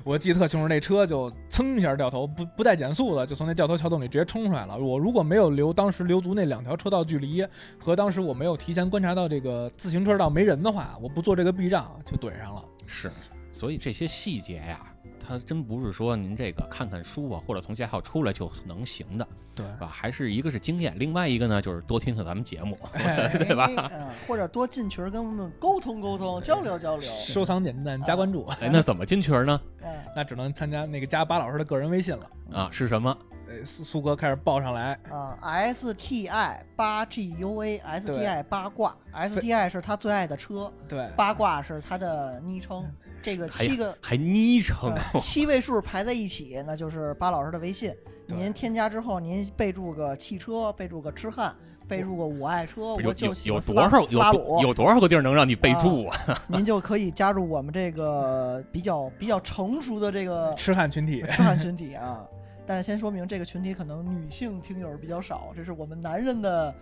S3: 我记得特清楚，那车就噌一下掉头，不不带减速的，就从那掉头桥洞里直接冲出来了。我如果没有留当时留足那两条车道距离，和当时我没有提前观察到这个自行车道没人的话，我不做这个避让就怼上了。
S1: 是，所以这些细节呀、它真不是说您这个看看书啊，或者从驾校出来就能行的，
S3: 对，
S1: 是吧？还是一个是经验，另外一个呢就是多听听咱们节目，
S3: 哎
S1: 对吧？
S2: 嗯，或者多进群儿跟我们沟通沟通，交流交流。
S3: 收藏点赞加关注，
S1: 哎，那怎么进群儿呢？
S2: 哎，
S3: 那只能参加那个加巴老师的个人微信了。
S1: 啊，是什么？
S3: 呃，苏苏哥开始报上来，
S2: 啊，S T I 八 G U A S T I 八卦，S T I 是他最爱的车，
S3: 对，
S2: 八卦是他的昵称。这个
S1: 还
S2: 七个
S1: 还昵称，啊
S3: 哎
S2: 呃七位数排在一起，那就是巴老师的微信。
S3: 对
S2: 您添加之后，您备注个汽车，备注个痴汉，备注个我爱车，
S1: 有
S2: 我就
S1: 有
S2: 喜
S1: 有
S2: 欢斯
S1: 多
S2: 巴
S1: 少
S2: 斯
S1: 有
S2: 巴
S1: 多
S2: 鲁，
S1: 有多少个地儿能让你备注啊？
S2: 您就可以加入我们这个比较比较成熟的 这个
S3: 痴汉群体，
S2: 痴汉群体啊。但先说明，这个群体可能女性听友比较少，这是我们男人的，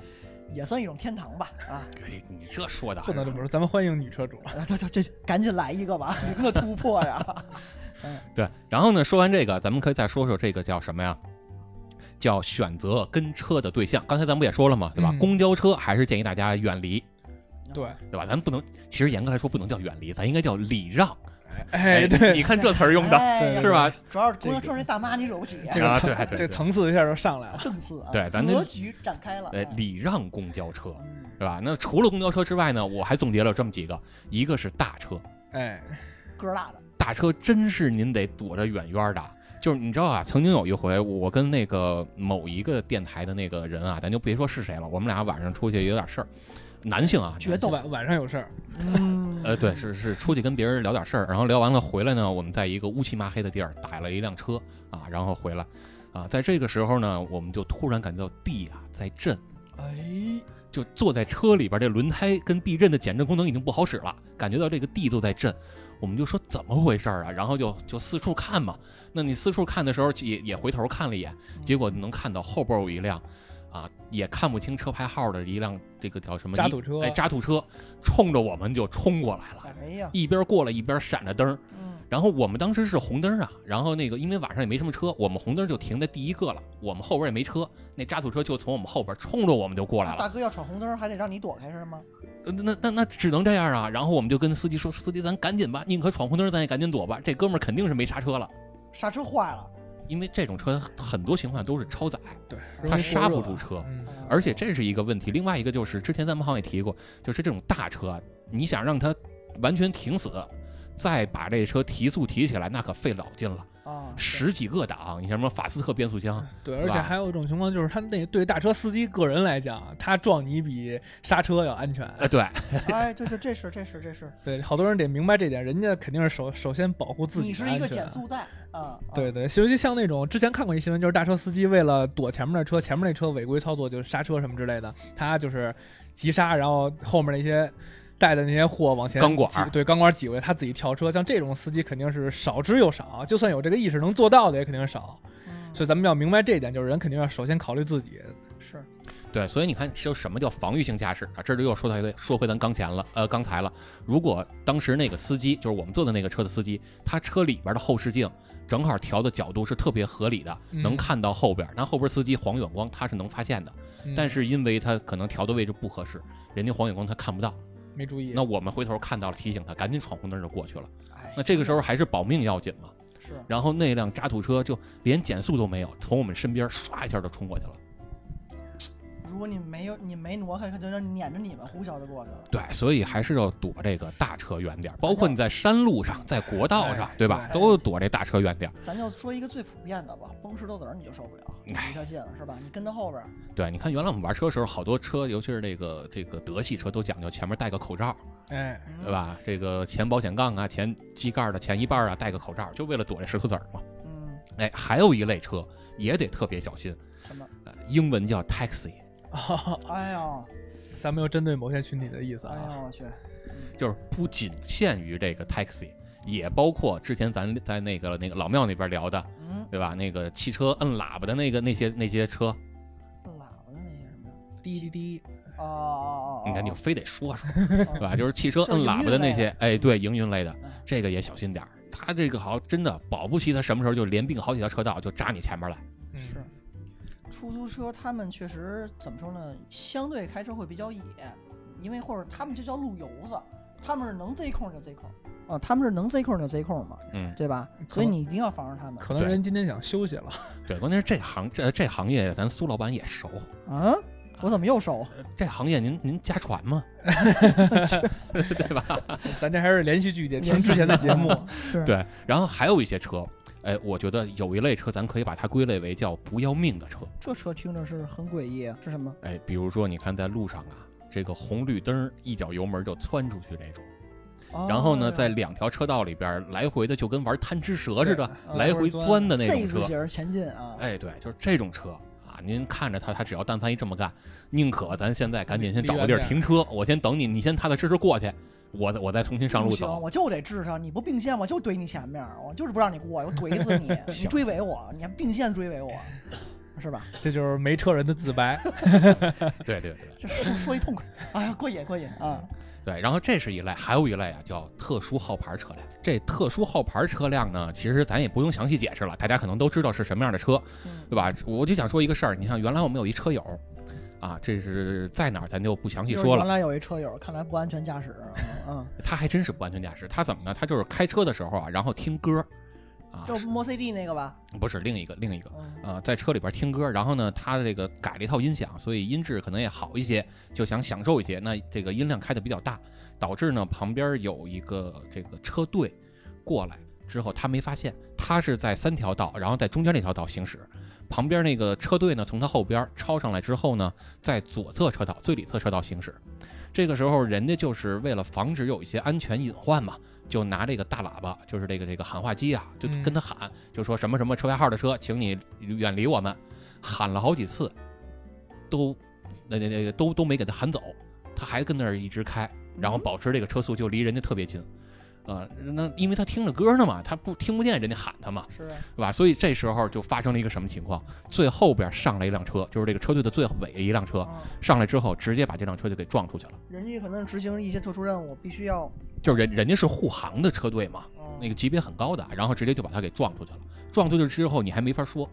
S2: 也算一种天堂吧啊！
S1: 哎你这说的
S3: 不能这么说，咱们欢迎女车主。
S1: 呃
S2: 啊这这这赶紧来一个吧， 零的突破呀！
S1: 对，然后呢，说完这个，咱们可以再说说这个叫什么呀？叫选择跟车的对象。刚才咱们不也说了嘛，对吧？
S3: 嗯
S1: 公交车还是建议大家远离，
S3: 对，
S1: 对吧？咱不能，其实严格来说不能叫远离，咱应该叫礼让。
S3: 哎，对，
S1: 你看这词儿用的，
S2: 哎呀
S1: 是吧？
S2: 主要是
S3: 这
S2: 公交车
S3: 个
S2: 那大妈你惹不起，
S3: 这
S1: 啊
S3: 个
S1: 对对
S3: 层
S1: 对
S3: 这层次一下就上来了。
S2: 档次啊，
S1: 对咱那
S2: 格局展开了。
S1: 呃，
S2: 啊
S1: 礼让公交车，
S2: 嗯
S1: 是吧？那除了公交车之外呢，我还总结了这么几个，一个是大车，
S3: 哎，
S2: 个儿大的，
S1: 大车真是您得躲着远远的。就是你知道啊，曾经有一回，我跟那个某一个电台的那个人啊，咱就别说是谁了，我们俩晚上出去有点事儿，男性啊，
S2: 决斗
S3: 晚晚上有事儿，
S2: 嗯，
S1: 呃，对，是是出去跟别人聊点事儿，然后聊完了回来呢，我们在一个乌漆麻黑的地儿逮了一辆车啊，然后回来啊，在这个时候呢，我们就突然感觉到地啊在震，
S2: 哎，
S1: 就坐在车里边，这轮胎跟避震的减震功能已经不好使了，感觉到这个地都在震，我们就说怎么回事儿啊，然后就就四处看嘛，那你四处看的时候也也回头看了一眼，结果能看到后边有一辆。啊，也看不清车牌号的一辆，这个叫什么
S3: 渣土车
S1: 哎，渣土车冲着我们就冲过来了。
S2: 哎呀，
S1: 一边过来一边闪着灯儿，
S2: 嗯，
S1: 然后我们当时是红灯啊，然后那个因为晚上也没什么车，我们红灯就停在第一个了，我们后边也没车，那渣土车就从我们后边冲着我们就过来
S2: 大
S1: 了，
S2: 哥要闯红灯还得让你躲开是吗？
S1: 呃那那那只能这样啊，然后我们就跟司机说，司机咱赶紧吧，宁可闯红灯咱也赶紧躲吧，这哥们儿肯定是没刹车了，
S2: 刹车坏了，
S1: 因为这种车很多情况都是超载，
S3: 对，
S2: 他
S3: 容易过
S1: 刹不
S3: 热
S1: 住车
S3: 嗯
S2: 嗯
S1: 而且这是一个问题，另外一个就是之前咱们好像也提过，就是这种大车啊，你想让它完全停死，再把这车提速提起来，那可费老劲了。
S2: 啊，
S1: 十几个档，你像什么法斯特变速箱，
S3: 对，
S1: 是
S3: 而且
S1: 吧
S3: 还有一种情况就是，他那对大车司机个人来讲，他撞你比刹车要安全。
S1: 呃，对，
S2: 哎，对对，这是这是这是，
S3: 对，好多人得明白这点，人家肯定是首首先保护自己
S2: 你
S3: 的
S2: 是
S3: 安
S2: 一个
S3: 全
S2: 减。速带啊，啊
S3: 对对，尤其像那种之前看过一新闻，就是大车司机为了躲前面的车，前面那车违规操作，就是刹车什么之类的，他就是急刹，然后后面那些带的那些货往前
S1: 钢管
S3: 挤对钢管挤过来，他自己跳车。像这种司机肯定是少之又少，就算有这个意识能做到的也肯定是少。
S2: 嗯
S3: 所以咱们要明白这一点，就是人肯定要首先考虑自己，
S2: 是
S1: 对，所以你看，就什么叫防御性驾驶啊？这就又说到一个，说回咱刚前了，呃，刚才了。如果当时那个司机，就是我们坐的那个车的司机，他车里边的后视镜正好调的角度是特别合理的，
S3: 嗯
S1: 能看到后边。那后边司机晃远光，他是能发现的，
S3: 嗯
S1: 但是因为他可能调的位置不合适，人家晃远光他看不到。
S3: 没注意。
S1: 那我们回头看到了，提醒他赶紧闯红灯就过去了。
S2: 哎，
S1: 那这个时候还是保命要紧嘛。
S2: 是
S1: 然后那辆渣土车就连减速都没有，从我们身边唰一下就冲过去了。
S2: 如果你没有你没挪开，他就撵着你们呼啸就过去了。
S1: 对，所以还是要躲这个大车远点儿，包括你在山路上、在国道上
S3: 哎，
S1: 对吧？
S3: 对
S1: 都躲这大车远点儿。
S2: 咱就说一个最普遍的吧，崩石豆子儿你就受不了，你
S1: 哎
S2: 离他近了是吧？你跟他后边儿，
S1: 对，你看原来我们玩车的时候，好多车，尤其是这个这个德系车，都讲究前面戴个口罩，
S3: 哎，
S2: 嗯
S1: 对？吧？这个前保险杠啊、前机盖的前一半啊，戴个口罩，就为了躲这石头子儿嘛。
S2: 嗯，
S1: 哎，还有一类车也得特别小心，
S2: 什么？
S1: 呃英文叫 taxi，哦
S2: 哎呦，
S3: 咱没有针对某些群体的意思
S2: 哎
S3: 啊。
S2: 呦我去，
S1: 就是不仅限于这个 taxi，也包括之前咱在那个那个老庙那边聊的，
S2: 嗯，
S1: 对吧？那个汽车摁喇叭的那个那些那些车，
S2: 老的那些什么呀？
S3: 滴滴滴，
S2: 哦哦哦，
S1: 你看你
S2: 哦
S1: 非得说 说，
S2: 哦
S1: 对吧？就是汽车
S2: 就是
S1: 摁喇叭的那
S2: 营运类
S1: 些
S2: 的，
S1: 哎，对，营运类的
S2: 嗯，
S1: 这个也小心点儿。他这个好真的保不齐他什么时候就连并好几条车道就扎你前面来。
S3: 嗯
S2: 是出租车，他们确实怎么说呢？相对开车会比较野，因为或者他们就叫路由子，他们是能贼空就贼空啊，他们是能贼空就贼空嘛，
S1: 嗯，
S2: 对吧？
S3: 可
S2: 所以你一定要防着他们。
S3: 可能
S1: 对
S3: 人今天想休息了，
S1: 对，关键是这行这这行业咱苏老板也熟，
S2: 嗯，我怎么又 熟？
S1: 这行业您您家传吗？对吧？
S3: 咱这还是连续剧得听之前的节 目。
S2: 是，
S1: 对，然后还有一些车，哎，我觉得有一类车咱可以把它归类为叫不要命的车。
S2: 这车听着是很诡异，啊是什么？
S1: 哎，比如说你看在路上啊，这个红绿灯儿一脚油门就窜出去这种，然后呢，
S2: 哦
S1: 在两条车道里边儿来回的就跟玩贪吃蛇似的
S3: 对，
S2: 嗯
S1: 呃来回钻的那种
S2: Z 字
S1: 车。
S2: 形前进啊，
S1: 哎，对，就是这种车啊，您看着它，它只要但凡一这么干，宁可咱现在赶紧先找个地儿
S3: 离远点
S1: 停车，我先等你，你先踏踏实实过去，我再我再重新上路
S2: 不行，
S1: 走。
S2: 我就得治上，你不并线，我就怼你前面，我就是不让你过，我怼 死你，你
S1: 行
S2: 追尾我，你还并线追尾我，是吧？
S3: 这就是没车人的自白。
S1: 对对对
S2: 这说说一痛快，哎呀，过瘾过瘾啊！
S1: 对，然后这是一类，还有一类啊，叫特殊号牌车辆。这特殊号牌车辆呢，其实咱也不用详细解释了，大家可能都知道是什么样的车。
S2: 嗯
S1: 对吧？我就想说一个事儿，你像原来我们有一车友，啊，这是在哪儿咱就不详细
S2: 就是
S1: 说了。
S2: 原来有一车友，看来不安全驾驶，嗯，
S1: 他还真是不安全驾驶，他怎么呢？他就是开车的时候啊，然后听歌，啊
S2: 嗯，，就是摸 CD 那个吧，
S1: 是不是另一个另一个。
S2: 嗯，
S1: 啊，在车里边听歌，然后呢，他这个改了一套音响，所以音质可能也好一些，就想享受一些。那这个音量开的比较大，导致呢旁边有一个这个车队过来之后，他没发现，他是在三条道，然后在中间那条道行驶，旁边那个车队呢从他后边超上来之后呢，在左侧车道最里侧车道行驶。这个时候，人家就是为了防止有一些安全隐患嘛，就拿这个大喇叭，就是这个这个喊话机啊，就
S3: 嗯
S1: 跟他喊，就说什么什么车牌号的车，请你远离我们，喊了好几次，都那那那个都都没给他喊走，他还跟那儿一直开，然后保持这个车速就离人家特别近，啊、那因为他听着歌呢嘛，他不听不见人家喊他嘛，
S2: 是啊，
S1: 是吧？所以这时候就发生了一个什么情况？最后边上来一辆车，就是这个车队的最尾一辆车，
S2: 嗯
S1: 上来之后直接把这辆车就给撞出去了。
S2: 人家可能执行一些特殊任务，必须要
S1: 就是人人家是护航的车队嘛，
S2: 嗯
S1: 那个级别很高的，然后直接就把他给撞出去了。撞出去之后你还没法说，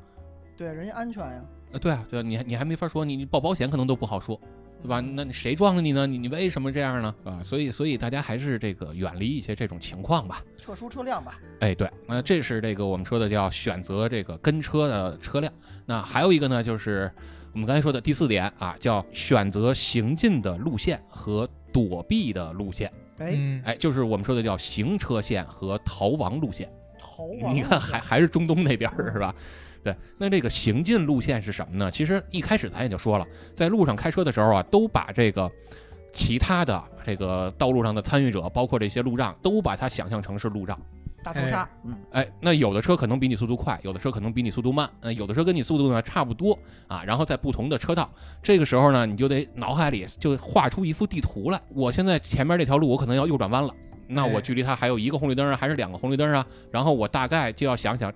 S2: 对人家安全呀，
S1: 呃，对啊，对啊，你还你还没法说，你你报保险可能都不好说，对吧？
S2: 嗯
S1: 那你谁撞了你呢？你你为什么这样呢？啊，所以所以大家还是这个远离一些这种情况吧。
S2: 特殊车辆吧，
S1: 哎，对，那这是这个我们说的叫选择这个跟车的车辆。那还有一个呢，就是我们刚才说的第四点啊，叫选择行进的路线和躲避的路线。
S2: 哎，
S3: 嗯，
S1: 哎，就是我们说的叫行车线和逃亡路线。
S2: 头啊
S1: 你看还还是中东那边儿是吧？对，那这个行进路线是什么呢？其实一开始咱也就说了，在路上开车的时候啊，都把这个其他的这个道路上的参与者，包括这些路障，都把它想象成是路障。
S2: 大屠杀，嗯，
S1: 哎，那有的车可能比你速度快，有的车可能比你速度慢，呃，有的车跟你速度呢差不多啊。然后在不同的车道，这个时候呢，你就得脑海里就画出一幅地图来。我现在前面这条路，我可能要右转弯了，那我
S3: 哎
S1: 距离它还有一个红绿灯啊，还是两个红绿灯啊？然后我大概就要想想，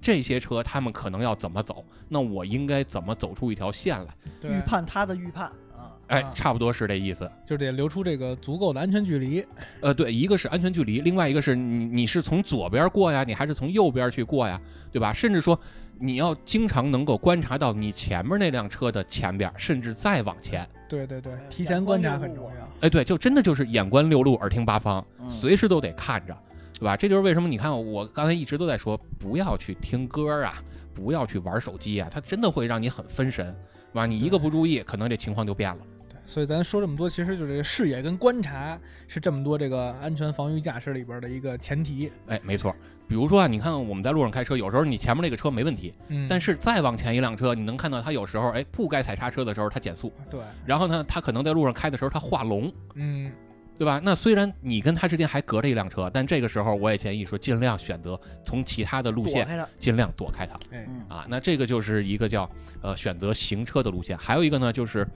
S1: 这些车他们可能要怎么走，那我应该怎么走出一条线来？
S3: 对
S2: 预判他的预判啊，
S1: 哎
S3: 啊，
S1: 差不多是这意思。
S3: 就得留出这个足够的安全距离。
S1: 呃，对，一个是安全距离，另外一个是你你是从左边过呀，你还是从右边去过呀，对吧？甚至说你要经常能够观察到你前面那辆车的前边，甚至再往前。
S3: 对对对
S2: 哎，
S3: 提前观察很重要。
S1: 哎，对，就真的就是眼观六路，耳听八方，
S2: 嗯
S1: 随时都得看着，对吧？这就是为什么你看我刚才一直都在说，不要去听歌啊，不要去玩手机啊，它真的会让你很分神，对吧？你一个不注意，可能这情况就变了。
S3: 对，所以咱说这么多，其实就是这个视野跟观察是这么多这个安全防御驾驶里边的一个前提。
S1: 哎，没错。比如说啊，你看我们在路上开车，有时候你前面那个车没问题，
S3: 嗯，
S1: 但是再往前一辆车，你能看到它有时候哎不该踩刹车的时候它减速，
S3: 对，
S1: 然后呢它可能在路上开的时候它画龙，
S3: 嗯，
S1: 对吧？那虽然你跟它之间还隔着一辆车，但这个时候我也建议说尽量选择从其他的路
S2: 躲
S1: 线
S2: 开他，
S1: 尽量躲开它
S3: 哎，
S2: 嗯，
S1: 啊。 那这个就是一个叫呃选择行车的路线，还有一个呢就是。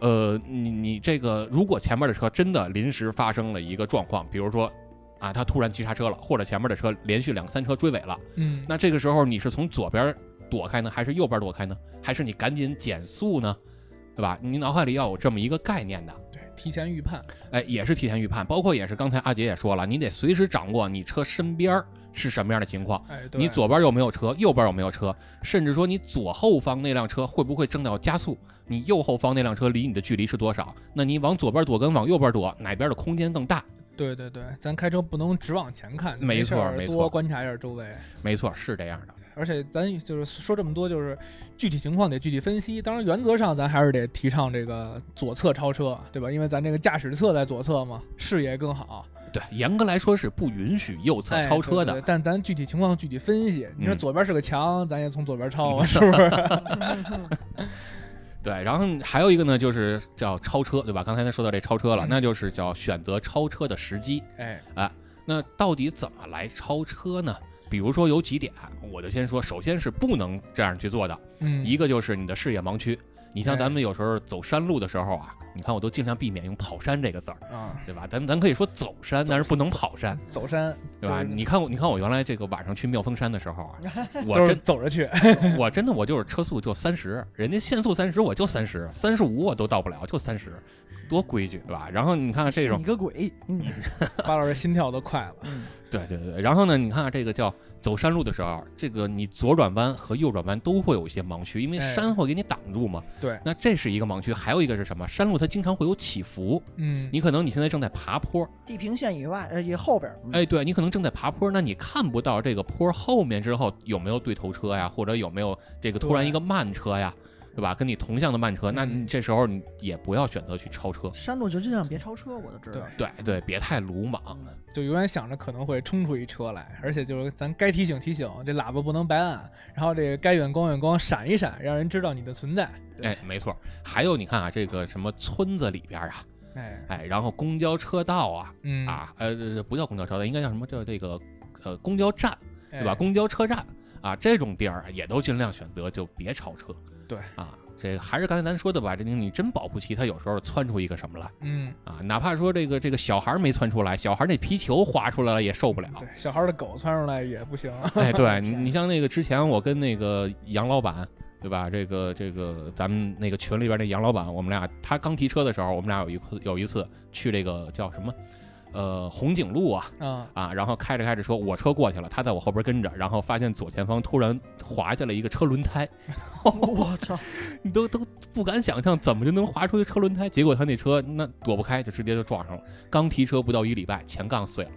S1: 呃，你你这个如果前面的车真的临时发生了一个状况，比如说啊，他突然急刹车了，或者前面的车连续两三车追尾了，
S3: 嗯，
S1: 那这个时候你是从左边躲开呢，还是右边躲开呢？还是你赶紧减速呢？对吧？你脑海里要有这么一个概念的，
S3: 对，提前预判，
S1: 哎，也是提前预判，包括也是刚才阿杰也说了，你得随时掌握你车身边儿是什么样的情况。
S3: 哎，对
S1: 你左边有没有车，右边有没有车，甚至说你左后方那辆车会不会正到加速，你右后方那辆车离你的距离是多少？那你往左边躲跟往右边躲，哪边的空间更大？
S3: 对对对，咱开车不能只往前看，
S1: 没
S3: 没
S1: 错
S3: 事儿
S1: 没
S3: 多
S1: 错
S3: 观察一下周围。
S1: 没错，是这样的。
S3: 而且咱就是说这么多，就是具体情况得具体分析。当然，原则上咱还是得提倡这个左侧超车，啊对吧？因为咱这个驾驶侧在左侧嘛，视野更好。
S1: 对，严格来说是不允许右侧
S3: 哎
S1: 啊超车的。
S3: 对对对但咱具体情况具体分析。你说
S1: 嗯
S3: 左边是个墙，咱也从左边 超啊，是不是？
S1: 对，然后还有一个呢，就是叫超车，对吧？刚才他说到这超车了，
S3: 嗯
S1: 那就是叫选择超车的时机。
S3: 哎，
S1: 那到底怎么来超车呢？比如说有几点，我就先说，首先是不能这样去做的，
S3: 嗯，
S1: 一个就是你的视野盲区。你像
S3: 哎
S1: 咱们有时候走山路的时候啊，你看我都尽量避免用跑山这个字儿，
S3: 啊，
S1: 对吧？咱咱可以说走山，但是不能跑山，
S3: 走山，
S1: 对吧？
S3: 就是
S1: 你看我，你看我原来这个晚上去妙峰山的时候啊，我
S3: 都是
S1: 真
S3: 走着去，
S1: 我真的我就是车速就三十，人家限速三十，我就三十，三十五我都到不了，就三十，多规矩，对吧？然后你看这种
S2: 你，个鬼！嗯，
S3: 巴老师心跳都快 了。
S1: 对对对，然后呢，你看这个叫走山路的时候，这个你左转弯和右转弯都会有一些盲区，因为
S3: 哎
S1: 山会给你挡住嘛。
S3: 对
S1: 那这是一个盲区，还有一个是什么？山路它经常会有起伏，
S3: 嗯，
S1: 你可能你现在正在爬坡，
S2: 地平线以外，呃，也后边儿，嗯
S1: 哎，对你可能正在爬坡，那你看不到这个坡后面之后有没有对头车呀，或者有没有这个突然一个慢车呀，对吧？跟你同向的慢车，那你
S3: 嗯
S1: 这时候你也不要选择去超车，
S2: 山路就尽量别超车，我都知道。
S3: 对
S1: 对对，别太鲁莽。
S2: 嗯
S3: 就永远想着可能会冲出一车来，而且就是咱该提醒提醒，这喇叭不能白按，然后这个该远光远光闪一闪，让人知道你的存在。
S1: 哎，没错。还有你看啊，这个什么村子里边啊，
S3: 哎，
S1: 哎，然后公交车道啊，
S3: 嗯，
S1: 啊，呃，不叫公交车道，应该叫什么？叫这个呃公交站，
S3: 哎
S1: 对吧？公交车站啊，这种地儿也都尽量选择就别超车。
S3: 对
S1: 啊，这还是刚才咱说的吧，这你你真保不齐他有时候窜出一个什么来
S3: 嗯，
S1: 啊，哪怕说这个这个小孩儿没窜出来，小孩儿那皮球滑出来了也受不了。
S3: 对，啊小孩的狗窜出来也不行。
S1: 哎，对你你像那个之前我跟那个杨老板。对吧？这个这个，咱们那个群里边那杨老板，我们俩他刚提车的时候，我们俩有一次有一次去这个叫什么，呃，红景路啊，
S3: 啊，
S1: 啊，然后开着开着车，我车过去了，他在我后边跟着，然后发现左前方突然滑下来一个车轮胎，
S2: 我操！
S1: 你都都不敢想象怎么就能滑出一个车轮胎，结果他那车那躲不开，就直接就撞上了。刚提车不到一礼拜，前杠碎了，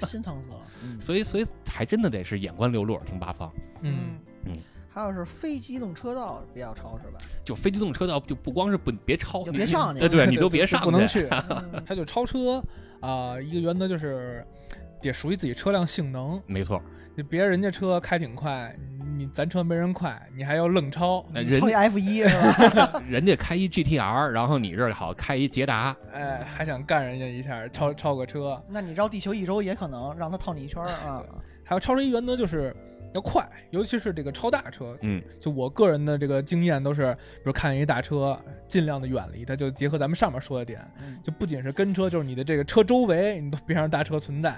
S2: 心疼死了。嗯
S1: 所以所以还真的得是眼观六路，耳听八方。
S3: 嗯，
S1: 嗯
S2: 还有是非机动车道不要超是吧？
S1: 就非机动车道就不光是不别超，
S2: 就
S1: 你
S2: 别
S1: 你
S2: 上去
S1: 哎对你
S3: 对
S1: 都
S3: 对
S1: 别上
S3: 不能 去。
S2: 嗯
S3: 他就超车啊、一个原则就是得熟悉自己车辆性能，
S1: 没错，
S3: 就别人家车开挺快，你咱车没人快，你还要愣超，
S1: 那人
S2: 超一 F 一是吧？
S1: 人家开一 GTR，然后你这儿好开一捷达，
S3: 哎，还想干人家一下，超超个车。
S2: 那你绕地球一周也可能让他套你一圈儿啊。
S3: 还有超车一原则就是要快，尤其是这个超大车。
S1: 嗯，
S3: 就我个人的这个经验都是，比如看见一大车，尽量的远离它。就结合咱们上面说的点，
S2: 嗯
S3: 就不仅是跟车，就是你的这个车周围，你都别让大车存在。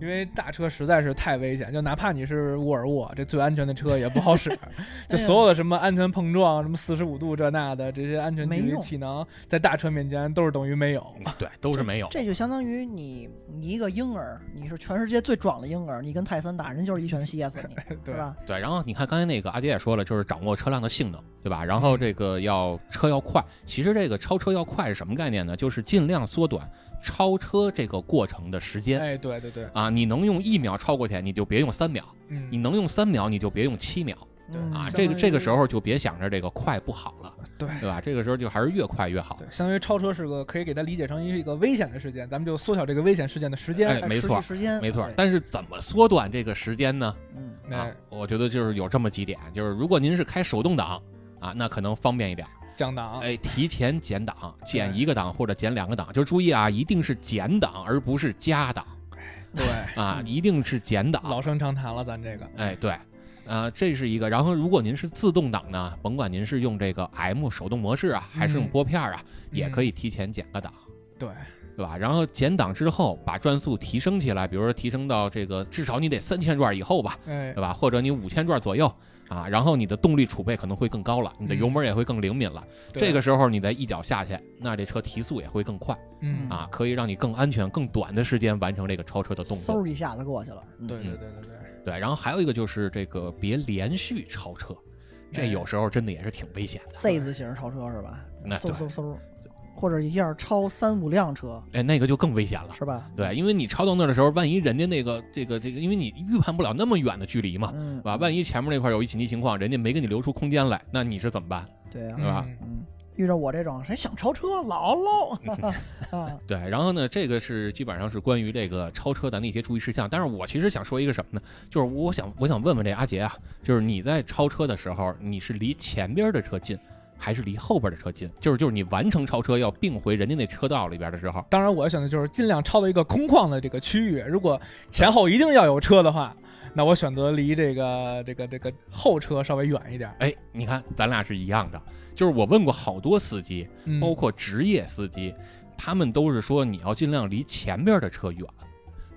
S3: 因为大车实在是太危险，就哪怕你是沃尔沃这最安全的车也不好使，就所有的什么安全碰撞、什么四十五度这那的这些安全距
S2: 没
S3: 离
S2: 用
S3: 气囊，在大车面前都是等于没有。
S1: 嗯对，都是没有。
S2: 这就相当于你你一个婴儿，你是全世界最壮的婴儿，你跟泰森打，人就是一拳歇死你，
S3: 对
S2: 是吧？
S1: 对，然后你看刚才那个阿杰也说了，就是掌握车辆的性能，对吧？然
S3: 嗯
S1: 后这个要车要快，其实这个超车要快是什么概念呢？就是尽量缩短超车这个过程的时间。
S3: 哎，对对对，
S1: 啊，你能用一秒超过去，你就别用三秒；
S3: 嗯，
S1: 你能用三秒，你就别用七秒
S3: 对
S2: 嗯
S1: 啊。
S3: 相
S1: 这个
S3: 当
S1: 这个
S3: 于
S1: 时候就别想着这个快不好了，
S3: 对
S1: 对吧？这个时候就还是越快越好。
S3: 对，相当于超车是个可以给它理解成一个危险的事件，咱们就缩小这个危险事件的时间。
S1: 哎没错
S2: 持续时间
S1: 没错
S2: 对，
S1: 但是怎么缩短这个时间呢？
S2: 嗯，
S1: 啊
S3: 那，
S1: 我觉得就是有这么几点，就是如果您是开手动挡啊，那可能方便一点。
S3: 降档，
S1: 哎，提前减档，减
S3: 对
S1: 一个档或者减两个档，就注意啊，一定是减档，而不是加档
S3: 对，
S1: 啊，一定是减
S3: 嗯老
S1: 档。
S3: 生常谈了，咱这个，
S1: 哎，对，呃，这是一个。然后，如果您是自动挡呢，甭管您是用这个 M 手动模式啊，还是用
S3: 嗯
S1: 拨片儿啊，也可
S3: 以，
S1: 以提前减个档。
S3: 对，
S1: 对吧？然后减档之后把转速提升起来，比如说提升到这个至少你得三千转以后吧，
S3: 哎
S1: 对，吧？或者你五千转左右啊，然后你的动力储备可能会更高了，你的油门也会更灵敏了。
S3: 嗯对
S1: 这个时候你再一脚下去，那这车提速也会更快
S3: 嗯
S1: 啊，可以让你更安全、更短的时间完成这个超车的动作。
S2: 嗖一下子过去了。嗯
S3: 对对对对对，
S1: 对，然后还有一个就是这个别连续超车，这
S3: 哎
S1: 有时候真的也是挺危险的。
S2: ，Z 字形超车是吧？
S1: 那
S2: 嗖
S1: 对
S2: 嗖嗖，或者一下超三五辆车
S1: 哎，那个就更危险了。
S2: 是吧？
S1: 对，因为你超到那儿的时候，万一人家那个这个这个，因为你预判不了那么远的距离嘛，
S2: 嗯，
S1: 对吧？啊万一前面那块有一紧急情况，人家没给你留出空间来，那你是怎么办？
S2: 对啊
S1: 是，吧
S3: 嗯？
S2: 嗯，遇着我这种谁想超车，姥 姥啊，
S1: 对，然后呢，这个是基本上是关于这个超车咱的一些注意事项。但是我其实想说一个什么呢？就是我想我想问问这阿杰啊，就是你在超车的时候，你是离前边的车近，还是离后边的车近？就是就是你完成超车要并回人家那车道里边的时候，
S3: 当然，我选的就是尽量超到一个空旷的这个区域。如果前后一定要有车的话，那我选择离这个这个这个后车稍微远一点。
S1: 哎，你看咱俩是一样的。就是我问过好多司机，
S3: 嗯
S1: 包括职业司机，他们都是说你要尽量离前边的车远，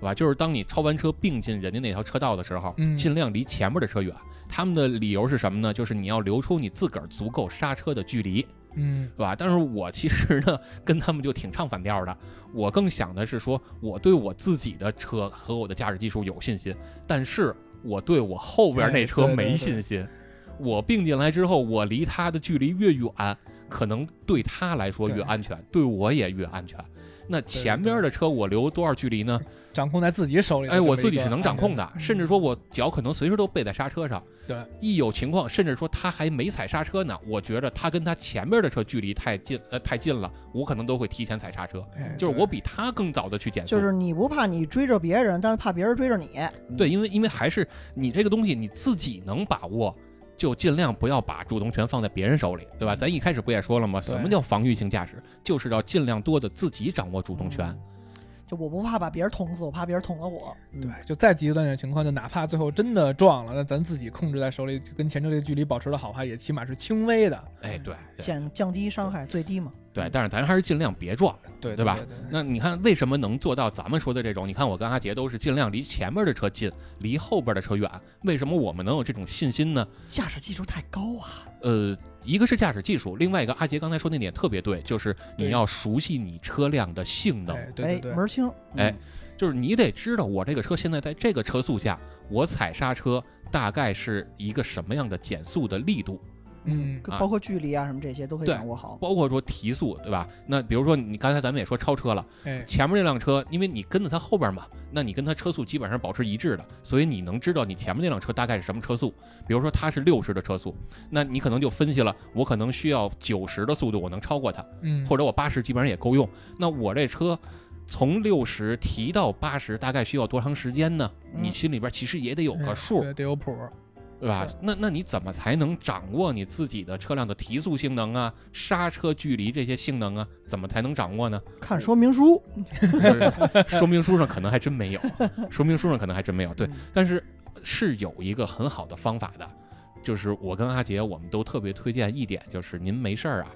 S1: 对吧？就是当你超完车并进人家那条车道的时候，
S3: 嗯
S1: 尽量离前面的车远。他们的理由是什么呢？就是你要留出你自个儿足够刹车的距离，
S3: 嗯
S1: 对吧？但是我其实呢，跟他们就挺唱反调的。我更想的是说，我对我自己的车和我的驾驶技术有信心，但是我对我后边那车
S3: 哎对对
S1: 没信心。我并进来之后，我离他的距离越远，可能对他来说越
S3: 对
S1: 安全，对我也越安全。那前边的车我留多少距离呢？
S3: 掌控在自己手里的
S1: 哎，
S3: 这么一个安全。
S1: 我自己是能掌控的，甚至说我脚可能随时都背在刹车上。
S3: 嗯对，
S1: 一有情况，甚至说他还没踩刹车呢，我觉得他跟他前面的车距离太近，呃，太近了，我可能都会提前踩刹车，
S3: 哎，
S1: 就是
S3: 对
S1: 我比他更早的去减速。
S2: 就是你不怕你追着别人，但是怕别人追着你。嗯
S1: 对，，因为因为还是你这个东西你自己能把握，就尽量不要把主动权放在别人手里，对吧？咱一开始不也说了吗？什么
S3: 嗯对
S1: 叫防御性驾驶？就是要尽量多的自己掌握主动权。
S3: 嗯
S2: 就我不怕把别人捅死，我怕别人捅了我。嗯
S3: 对，就再极端点情况，就哪怕最后真的撞了，那咱自己控制在手里，就跟前车这个距离保持的好坏，也起码是轻微的。
S1: 哎，对对
S2: 减降低伤害最低嘛。
S3: 嗯
S1: 对，但是咱还是尽量别撞。
S3: 对
S1: 对吧
S3: 对对
S1: 那你看，为什么能做到咱们说的这种？你看我跟阿杰都是尽量离前面的车近，离后边的车远。为什么我们能有这种信心呢？
S2: 驾驶技术太高啊，
S1: 呃，一个是驾驶技术，另外一个阿杰刚才说那点特别对，就是你
S3: 对
S1: 要熟悉你车辆的性能，
S3: 哎对对
S2: 哎，
S3: 对
S2: 门儿清。嗯
S1: 哎，就是你得知道我这个车现在在这个车速下，我踩刹车大概是一个什么样的减速的力度，
S3: 嗯
S2: 跟
S1: 啊
S2: 包括距离啊什么这些都可以
S1: 对
S2: 掌握好。
S1: 包括说提速，对吧？那比如说你刚才咱们也说超车了。
S3: 哎
S1: 前面那辆车，因为你跟着它后边嘛，那你跟它车速基本上保持一致的，所以你能知道你前面那辆车大概是什么车速。比如说它是六十的车速，那你可能就分析了，我可能需要九十的速度，我能超过它，
S3: 嗯
S1: 或者我八十基本上也够用。那我这车从六十提到八十，大概需要多长时间呢？
S2: 嗯
S1: 你心里边其实也得有个
S3: 哎
S1: 数，
S3: 对得有谱儿。
S1: 对吧
S2: 是？
S1: 那那你怎么才能掌握你自己的车辆的提速性能啊、刹车距离这些性能啊？怎么才能掌握呢？
S2: 看说明书，
S1: 是说明书上可能还真没有，说明书上可能还真没有。对
S2: 嗯，
S1: 但是是有一个很好的方法的，就是我跟阿杰我们都特别推荐一点，就是您没事儿啊，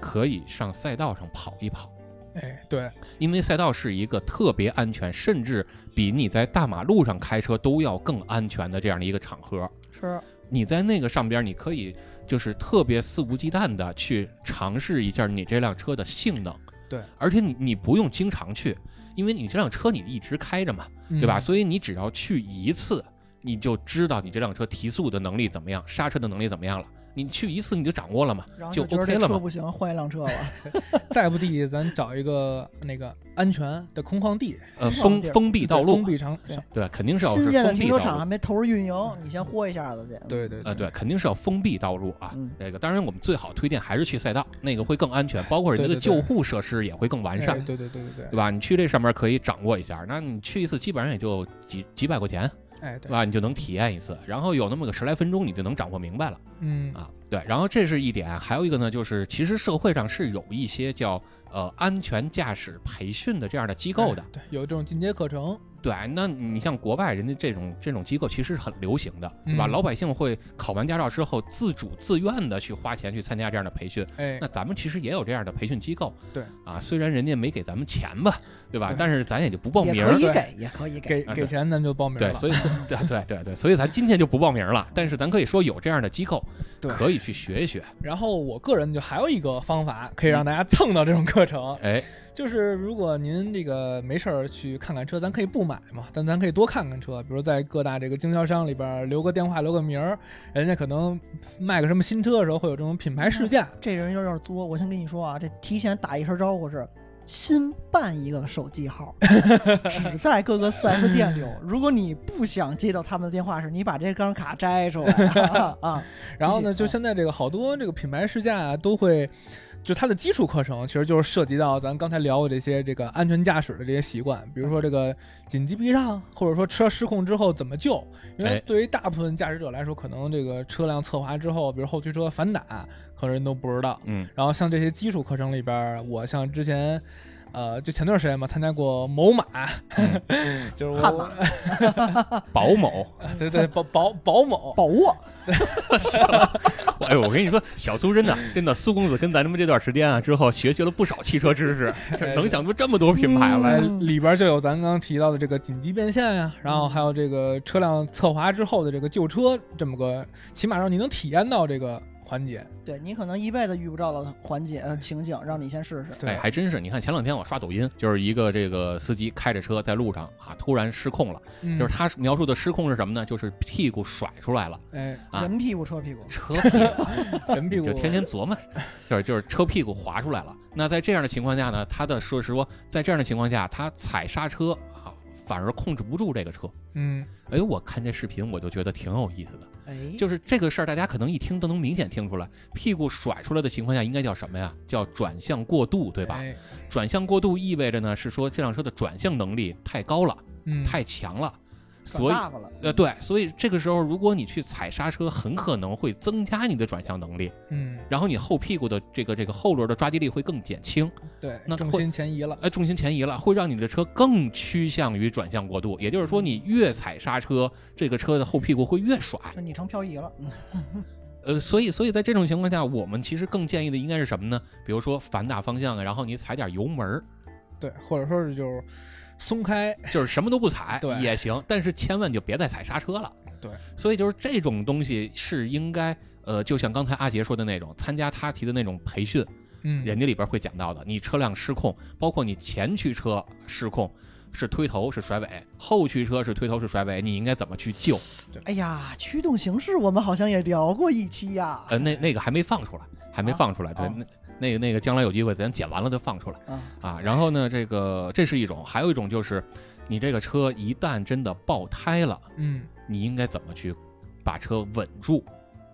S1: 可以上赛道上跑一跑，
S3: 哎，对，
S1: 因为赛道是一个特别安全，甚至比你在大马路上开车都要更安全的这样的一个场合。
S2: 是
S1: 你在那个上边，你可以就是特别肆无忌惮的去尝试一下你这辆车的性能。
S3: 对，
S1: 而且你你不用经常去，因为你这辆车你一直开着嘛，对吧？
S3: 嗯
S1: 所以你只要去一次，你就知道你这辆车提速的能力怎么样，刹车的能力怎么样了。你去一次你就掌握了嘛，
S2: 然后
S1: 就
S2: 觉得
S1: OK
S2: 这
S1: 了
S2: 车
S1: 嘛。
S2: 不行，换一辆车吧。
S3: 再不地，咱找一个那个安全的空旷地，
S1: 呃，
S2: 地
S1: 封
S2: 儿
S1: 封闭道
S3: 嗯对
S1: 路
S3: 封，闭场，
S2: 对
S1: 对，肯定是要是
S2: 新建的
S1: 封
S2: 停
S1: 闭
S2: 车
S1: 道
S2: 场还
S1: 路。
S2: 没投入运营，你先豁一下子去。
S3: 对对
S1: 呃，对，，肯定是要封闭道路啊
S2: 嗯。
S1: 这个当然，我们最好推荐还是去赛道，那个会更安全，包括人家的
S3: 对对对
S1: 救护设施也会更完
S3: 哎
S1: 善。
S3: 对对对对
S1: 对
S3: 对，
S1: 吧？你去这上面可以掌握一下，那你去一次基本上也就几几百块钱，
S3: 哎
S1: 对
S3: 对，
S1: 吧？你就能体验一次，然后有那么个十来分钟，你就能掌握明白了
S3: 嗯，
S1: 啊。对，然后这是一点，还有一个呢，就是其实社会上是有一些叫呃安全驾驶培训的这样的机构的。
S3: 哎对，有这种进阶课程，
S1: 对，那你像国外人家这种这种机构其实是很流行的，对吧？
S3: 嗯
S1: 老百姓会考完驾照之后自主自愿的去花钱去参加这样的培训。
S3: 哎
S1: 那，咱们其实也有这样的培训机构，
S3: 对
S1: 啊，虽然人家没给咱们钱吧，对吧？
S3: 对
S1: 但是咱也就不报
S2: 也
S1: 名儿
S2: 可，以
S3: 对
S2: 给，也可以给。
S3: 给
S1: 啊
S3: 给
S1: 对
S3: 钱咱就报名
S1: 对，
S3: 了。
S1: 所以所以对对对对，所以咱今天就不报名了。但是咱可以说有这样的机构，
S3: 对
S1: 可以去学一学。
S3: 然后我个人就还有一个方法
S1: 嗯
S3: 可以让大家蹭到这种课程，
S1: 哎，
S3: 就是如果您这个没事儿去看看车，咱可以不买嘛，但咱可以多看看车，比如在各大这个经销商里边儿留个电话、留个名儿，人家可能卖个什么新车的时候会有这种品牌试驾。
S2: 这人要要是作，我先跟你说啊，这提前打一声招呼是。新办一个手机号， 只在各个 4S 店有。如果你不想接到他们的电话时，你把这张卡摘出来 啊！
S3: 然后呢，
S2: 继续
S3: 就现在这个好多这个品牌试驾啊都会，就它的基础课程其实就是涉及到咱刚才聊过这些这个安全驾驶的这些习惯，比如说这个紧急避让，或者说车失控之后怎么救。因
S1: 哎
S3: 为对于大部分驾驶者来说，可能这个车辆侧滑之后，比如后驱车反打，可能人都不知道。
S1: 嗯，
S3: 然后像这些基础课程里边儿，我像之前。呃，就前段时间嘛，参加过某马， 就是我
S2: 嗯悍马
S1: 保某，
S3: 对对，保保保某，
S2: 宝沃，
S1: 哎呦，我跟你说，小苏真的真的，苏公子跟咱们这段时间啊之后，学习了不少汽车知识，这能想出这么多品牌
S3: 哎，
S1: 来。
S2: 嗯
S3: 里边就有咱刚刚提到的这个紧急变线呀、然后还有这个车辆侧滑之后的这个救车，这么个起码让你能体验到这个环节。
S2: 对你可能一辈子遇不着的环节呃情景，让你先试试。
S3: 对，
S1: 哎，还真是！你看前两天我刷抖音，就是一个这个司机开着车在路上啊，突然失控了。
S3: 嗯
S1: 就是他描述的失控是什么呢？就是屁股甩出来了，
S3: 哎，
S1: 啊
S2: 人屁股车屁股，
S1: 车屁 股
S3: 人屁股
S1: 就天天琢磨，就是就是车屁股滑出来了。那在这样的情况下呢，他的说是说，在这样的情况下，他踩刹车啊，反而控制不住这个车。
S3: 嗯，
S1: 哎，我看这视频我就觉得挺有意思的，
S2: 哎，
S1: 就是这个事儿，大家可能一听都能明显听出来，屁股甩出来的情况下应该叫什么呀？叫转向过度，对吧？
S3: 哎？
S1: 转向过度意味着呢是说这辆车的转向能力太高了，
S3: 嗯，
S1: 太强了，
S2: 转
S1: 所以
S2: 大发了。
S1: 呃，对，所以这个时候如果你去踩刹车，很可能会增加你的转向能力，
S3: 嗯，
S1: 然后你后屁股的这个这个后轮的抓地力会更减轻，
S3: 对，
S1: 那
S3: 重
S1: 会
S3: 心前移了。
S1: 哎，重心前移了，会让你的车更趋向于转向过度。也就是说，你越踩刹车，这个车的后屁股会越甩。
S2: 就你成漂移了，嗯
S1: 呃，所以所以在这种情况下，我们其实更建议的应该是什么呢？比如说反打方向啊，然后你踩点油门儿，
S3: 对，或者说是就是松开。
S1: 就是什么都不踩
S3: 对
S1: 也行，但是千万就别再踩刹车了。
S3: 对，
S1: 所以就是这种东西是应该。呃，就像刚才阿杰说的那种，参加他提的那种培训，
S3: 嗯，
S1: 人家里边会讲到的，你车辆失控，包括你前驱车失控，是推头是甩尾，后驱车是推头是甩尾，你应该怎么去救？
S2: 哎呀，驱动形式我们好像也聊过一期呀、
S1: 呃，那那个还没放出来，还没
S2: 啊
S1: 放出来，对，
S2: 哦
S1: 那那个那个将来有机会咱剪完了就放出来
S2: 啊
S1: 啊。然后呢，这个这是一种，还有一种就是，你这个车一旦真的爆胎了，
S3: 嗯，
S1: 你应该怎么去把车稳住？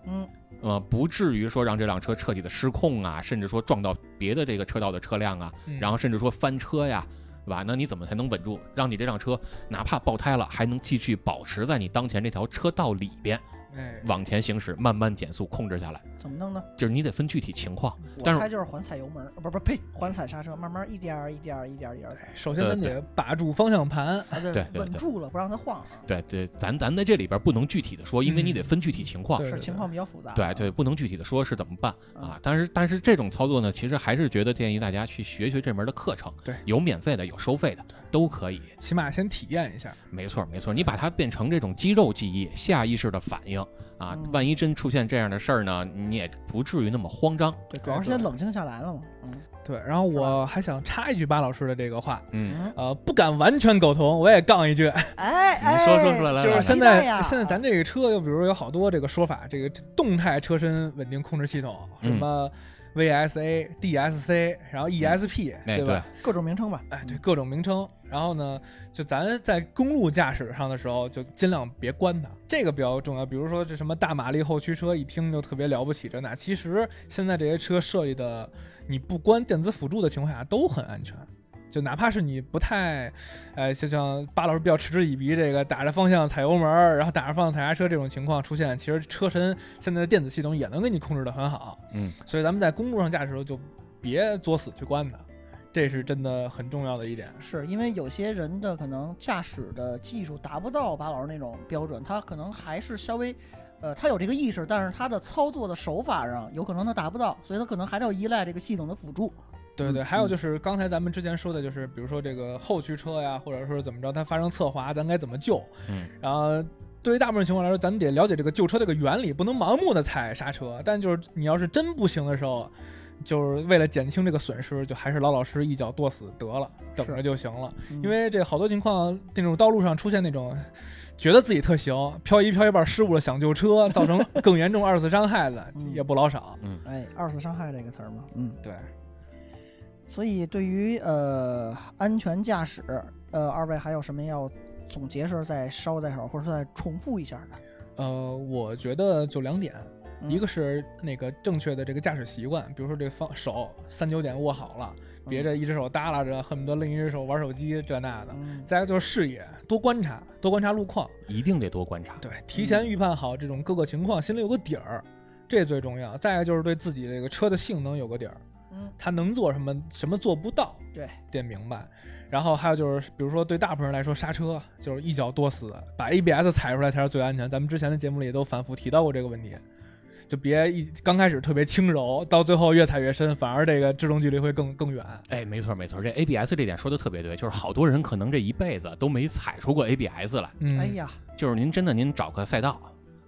S2: 嗯，
S1: 呃，不至于说让这辆车彻底的失控啊，甚至说撞到别的这个车道的车辆啊，
S3: 嗯
S1: 然后甚至说翻车呀，对吧？那你怎么才能稳住，让你这辆车哪怕爆胎了，还能继续保持在你当前这条车道里边
S3: 哎，
S1: 往前行驶，慢慢减速控制下来？
S2: 怎么弄呢？
S1: 就是你得分具体情况。
S3: 嗯
S2: 我
S1: 但是
S2: 猜就是缓踩油门，呃不不呸，缓踩刹车，慢慢一点儿一点儿一点儿一点儿踩，
S3: 首先咱
S1: 对
S3: 得把住方向盘。
S2: 啊
S1: 对对
S2: 稳
S1: 对
S2: 住了，不让它晃啊。
S1: 对对，咱咱在这里边不能具体的说，因为你
S3: 嗯
S1: 得分具体情况。
S3: 对
S2: 是情况比较复杂啊。
S1: 对对，不能具体的说是怎么办
S3: 嗯
S1: 啊。但是但是这种操作呢，其实还是觉得建议大家去学学这门的课程，
S3: 对
S1: 有免费的，有收费的，都可以。
S3: 起码先体验一下，
S1: 没错没错，你把它变成这种肌肉记忆、下意识的反应啊
S2: 嗯，
S1: 万一真出现这样的事儿呢，你也不至于那么慌张。
S2: 对，主要是
S3: 对
S2: 先
S3: 对
S2: 冷静下来了嘛。嗯，
S3: 对。然后我还想插一句巴老师的这个话，
S1: 嗯，
S2: 嗯
S3: 呃，不敢完全苟同，我也杠一句，
S2: 哎
S1: 你
S2: 哎，
S1: 说说出来，来，
S3: 就是
S1: 来来
S3: 现
S2: 期待
S3: 在
S2: 呀
S3: 现在咱这个车，就比如有好多这个说法，这个动态车身稳定控制系统，什
S1: 嗯
S3: 么 VSA、DSC，然后 ESP，、
S1: 哎
S3: 对吧？
S2: 各种名称吧。
S3: 哎，对
S2: 嗯，
S3: 各种名称。然后呢，就咱在公路驾驶上的时候，就尽量别关它，这个比较重要。比如说这什么大马力后驱车，一听就特别了不起这那，其实现在这些车设计的，你不关电子辅助的情况下都很安全。就哪怕是你不太，呃，就像巴老师比较嗤之以鼻，这个打着方向踩油门儿，然后打着方向踩刹车这种情况出现，其实车身现在的电子系统也能给你控制的很好。
S1: 嗯，
S3: 所以咱们在公路上驾驶的时候就别作死去关它，这是真的很重要的一点。
S2: 是因为有些人的可能驾驶的技术达不到巴老师那种标准，他可能还是稍微，呃，他有这个意识，但是他的操作的手法上有可能他达不到，所以他可能还是要依赖这个系统的辅助。
S3: 对对，
S2: 嗯
S3: 还有就是刚才咱们之前说的，就是比如说这个后驱车呀，或者说是怎么着，它发生侧滑，咱该怎么救？
S1: 嗯，
S3: 然后对于大部分情况来说，咱们得了解这个救车这个原理，不能盲目的踩刹车。但就是你要是真不行的时候，就是为了减轻这个损失，就还是老老实实一脚跺死得了，等着就行了。
S2: 嗯
S3: 因为这好多情况，那种道路上出现那种觉得自己特行，漂移漂一半失误了想救车，造成更严重二次伤害的
S2: 嗯
S3: 也不老少。
S2: 哎，二次伤害这个词儿嘛，嗯，
S3: 对，
S2: 所以对于呃安全驾驶，呃，二位还有什么要总结时候再捎带手，或者说再重复一下的？
S3: 呃，我觉得就两点，
S2: 嗯
S3: 一个是那个正确的这个驾驶习惯，比如说这方手三九点握好了，
S2: 嗯
S3: 别这一只手耷拉着，恨不得另一只手玩手机这那的。
S2: 嗯，
S3: 再一个就是视野，多观察，多观察路况，
S1: 一定得多观察。
S3: 对，提前预判好这种各个情况，心里有个底儿，这最重要。再一个就是对自己这个车的性能有个底儿，
S2: 嗯，
S3: 它能做什么，什么做不到，
S2: 对，
S3: 得明白。然后还有就是，比如说对大部分人来说，刹车就是一脚多死，把 ABS 踩出来才是最安全。咱们之前的节目里也都反复提到过这个问题，就别一刚开始特别轻柔，到最后越踩越深，反而这个制动距离会更更远。
S1: 哎，没错没错，这 ABS 这点说的特别对，就是好多人可能这一辈子都没踩出过 ABS 来。
S3: 嗯，
S2: 哎呀，
S1: 就是您真的您找个赛道，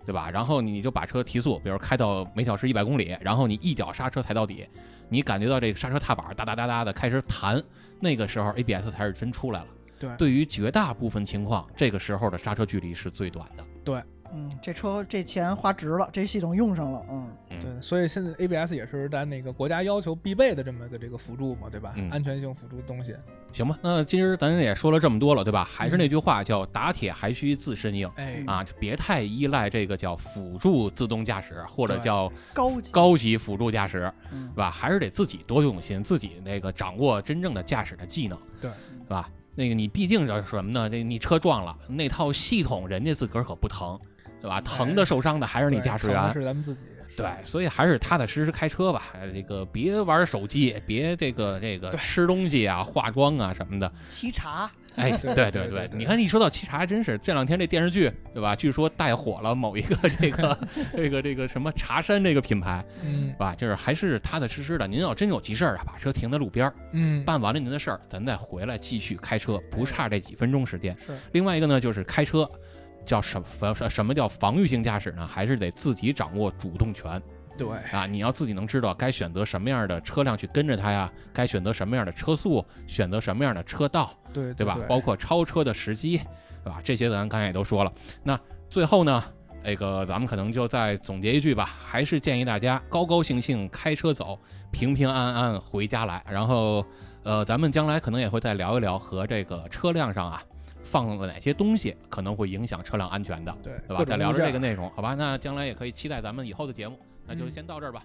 S1: 对吧？然后你就把车提速，比如开到每小时一百公里，然后你一脚刹车踩到底，你感觉到这个刹车踏板哒哒哒哒的开始弹，那个时候 ABS 才是真出来了。
S3: 对
S1: 对于绝大部分情况，这个时候的刹车距离是最短的。
S2: 嗯，这车这钱花值了，这系统用上了，嗯，
S1: 嗯
S3: 对，所以现在 ABS 也是咱那个国家要求必备的这么个这个辅助嘛，对吧？
S1: 嗯
S3: 安全性辅助东西。
S1: 行吧，那今儿咱也说了这么多了，对吧？还是那句话，叫打铁还需自身硬。
S3: 哎，
S1: 啊，就别太依赖这个叫辅助自动驾驶，或者
S3: 对
S1: 叫
S2: 高级，
S1: 高级辅助驾驶，
S2: 嗯
S1: 是吧？还是得自己多用心，自己那个掌握真正的驾驶的技能，
S3: 对
S1: 是吧？那个你毕竟就是什么呢？这你车撞了，那套系统人家自个儿可不疼，对吧？疼的受伤的还是你
S3: 对
S1: 驾驶
S3: 疼的
S1: 员。
S3: 是咱们自己。
S1: 对，所以还是踏踏实实开车吧。哎这个别玩手机，别这个这个
S3: 对
S1: 吃东西啊、化妆啊什么的。
S2: 沏茶，
S1: 哎，
S3: 对
S1: 对
S3: 对对
S1: 对，
S3: 对
S1: 你看一说到沏茶，还真是这两天这电视剧，对吧？据说带火了某一个这个 这个这个什么茶山这个品牌，
S3: 嗯
S1: 是吧？就是还是踏踏实实的。您要真有急事儿啊，把车停在路边儿，
S3: 嗯，哎
S1: 办完了您的事儿，咱再回来继续开车，不差这几分钟时间。
S2: 是
S1: 另外一个呢，就是开车。叫什么什什么叫防御性驾驶呢？还是得自己掌握主动权
S3: 对，
S1: 啊！你要自己能知道该选择什么样的车辆去跟着它呀，该选择什么样的车速，选择什么样的车道，
S3: 对
S1: 对吧？包括超车的时机，对吧？这些咱刚才也都说了。那最后呢，那个咱们可能就再总结一句吧，还是建议大家高高兴兴开车走，平平安安回家来。然后，呃，咱们将来可能也会再聊一聊和这个车辆上啊。放了哪些东西可能会影响车辆安全的，
S3: 对
S1: 对
S3: 各
S1: 吧？
S3: 种
S1: 再聊
S3: 物
S1: 聊这
S3: 件
S1: 个内容，好吧？那将来也可以期待咱们以后的节目，那就先到这儿吧。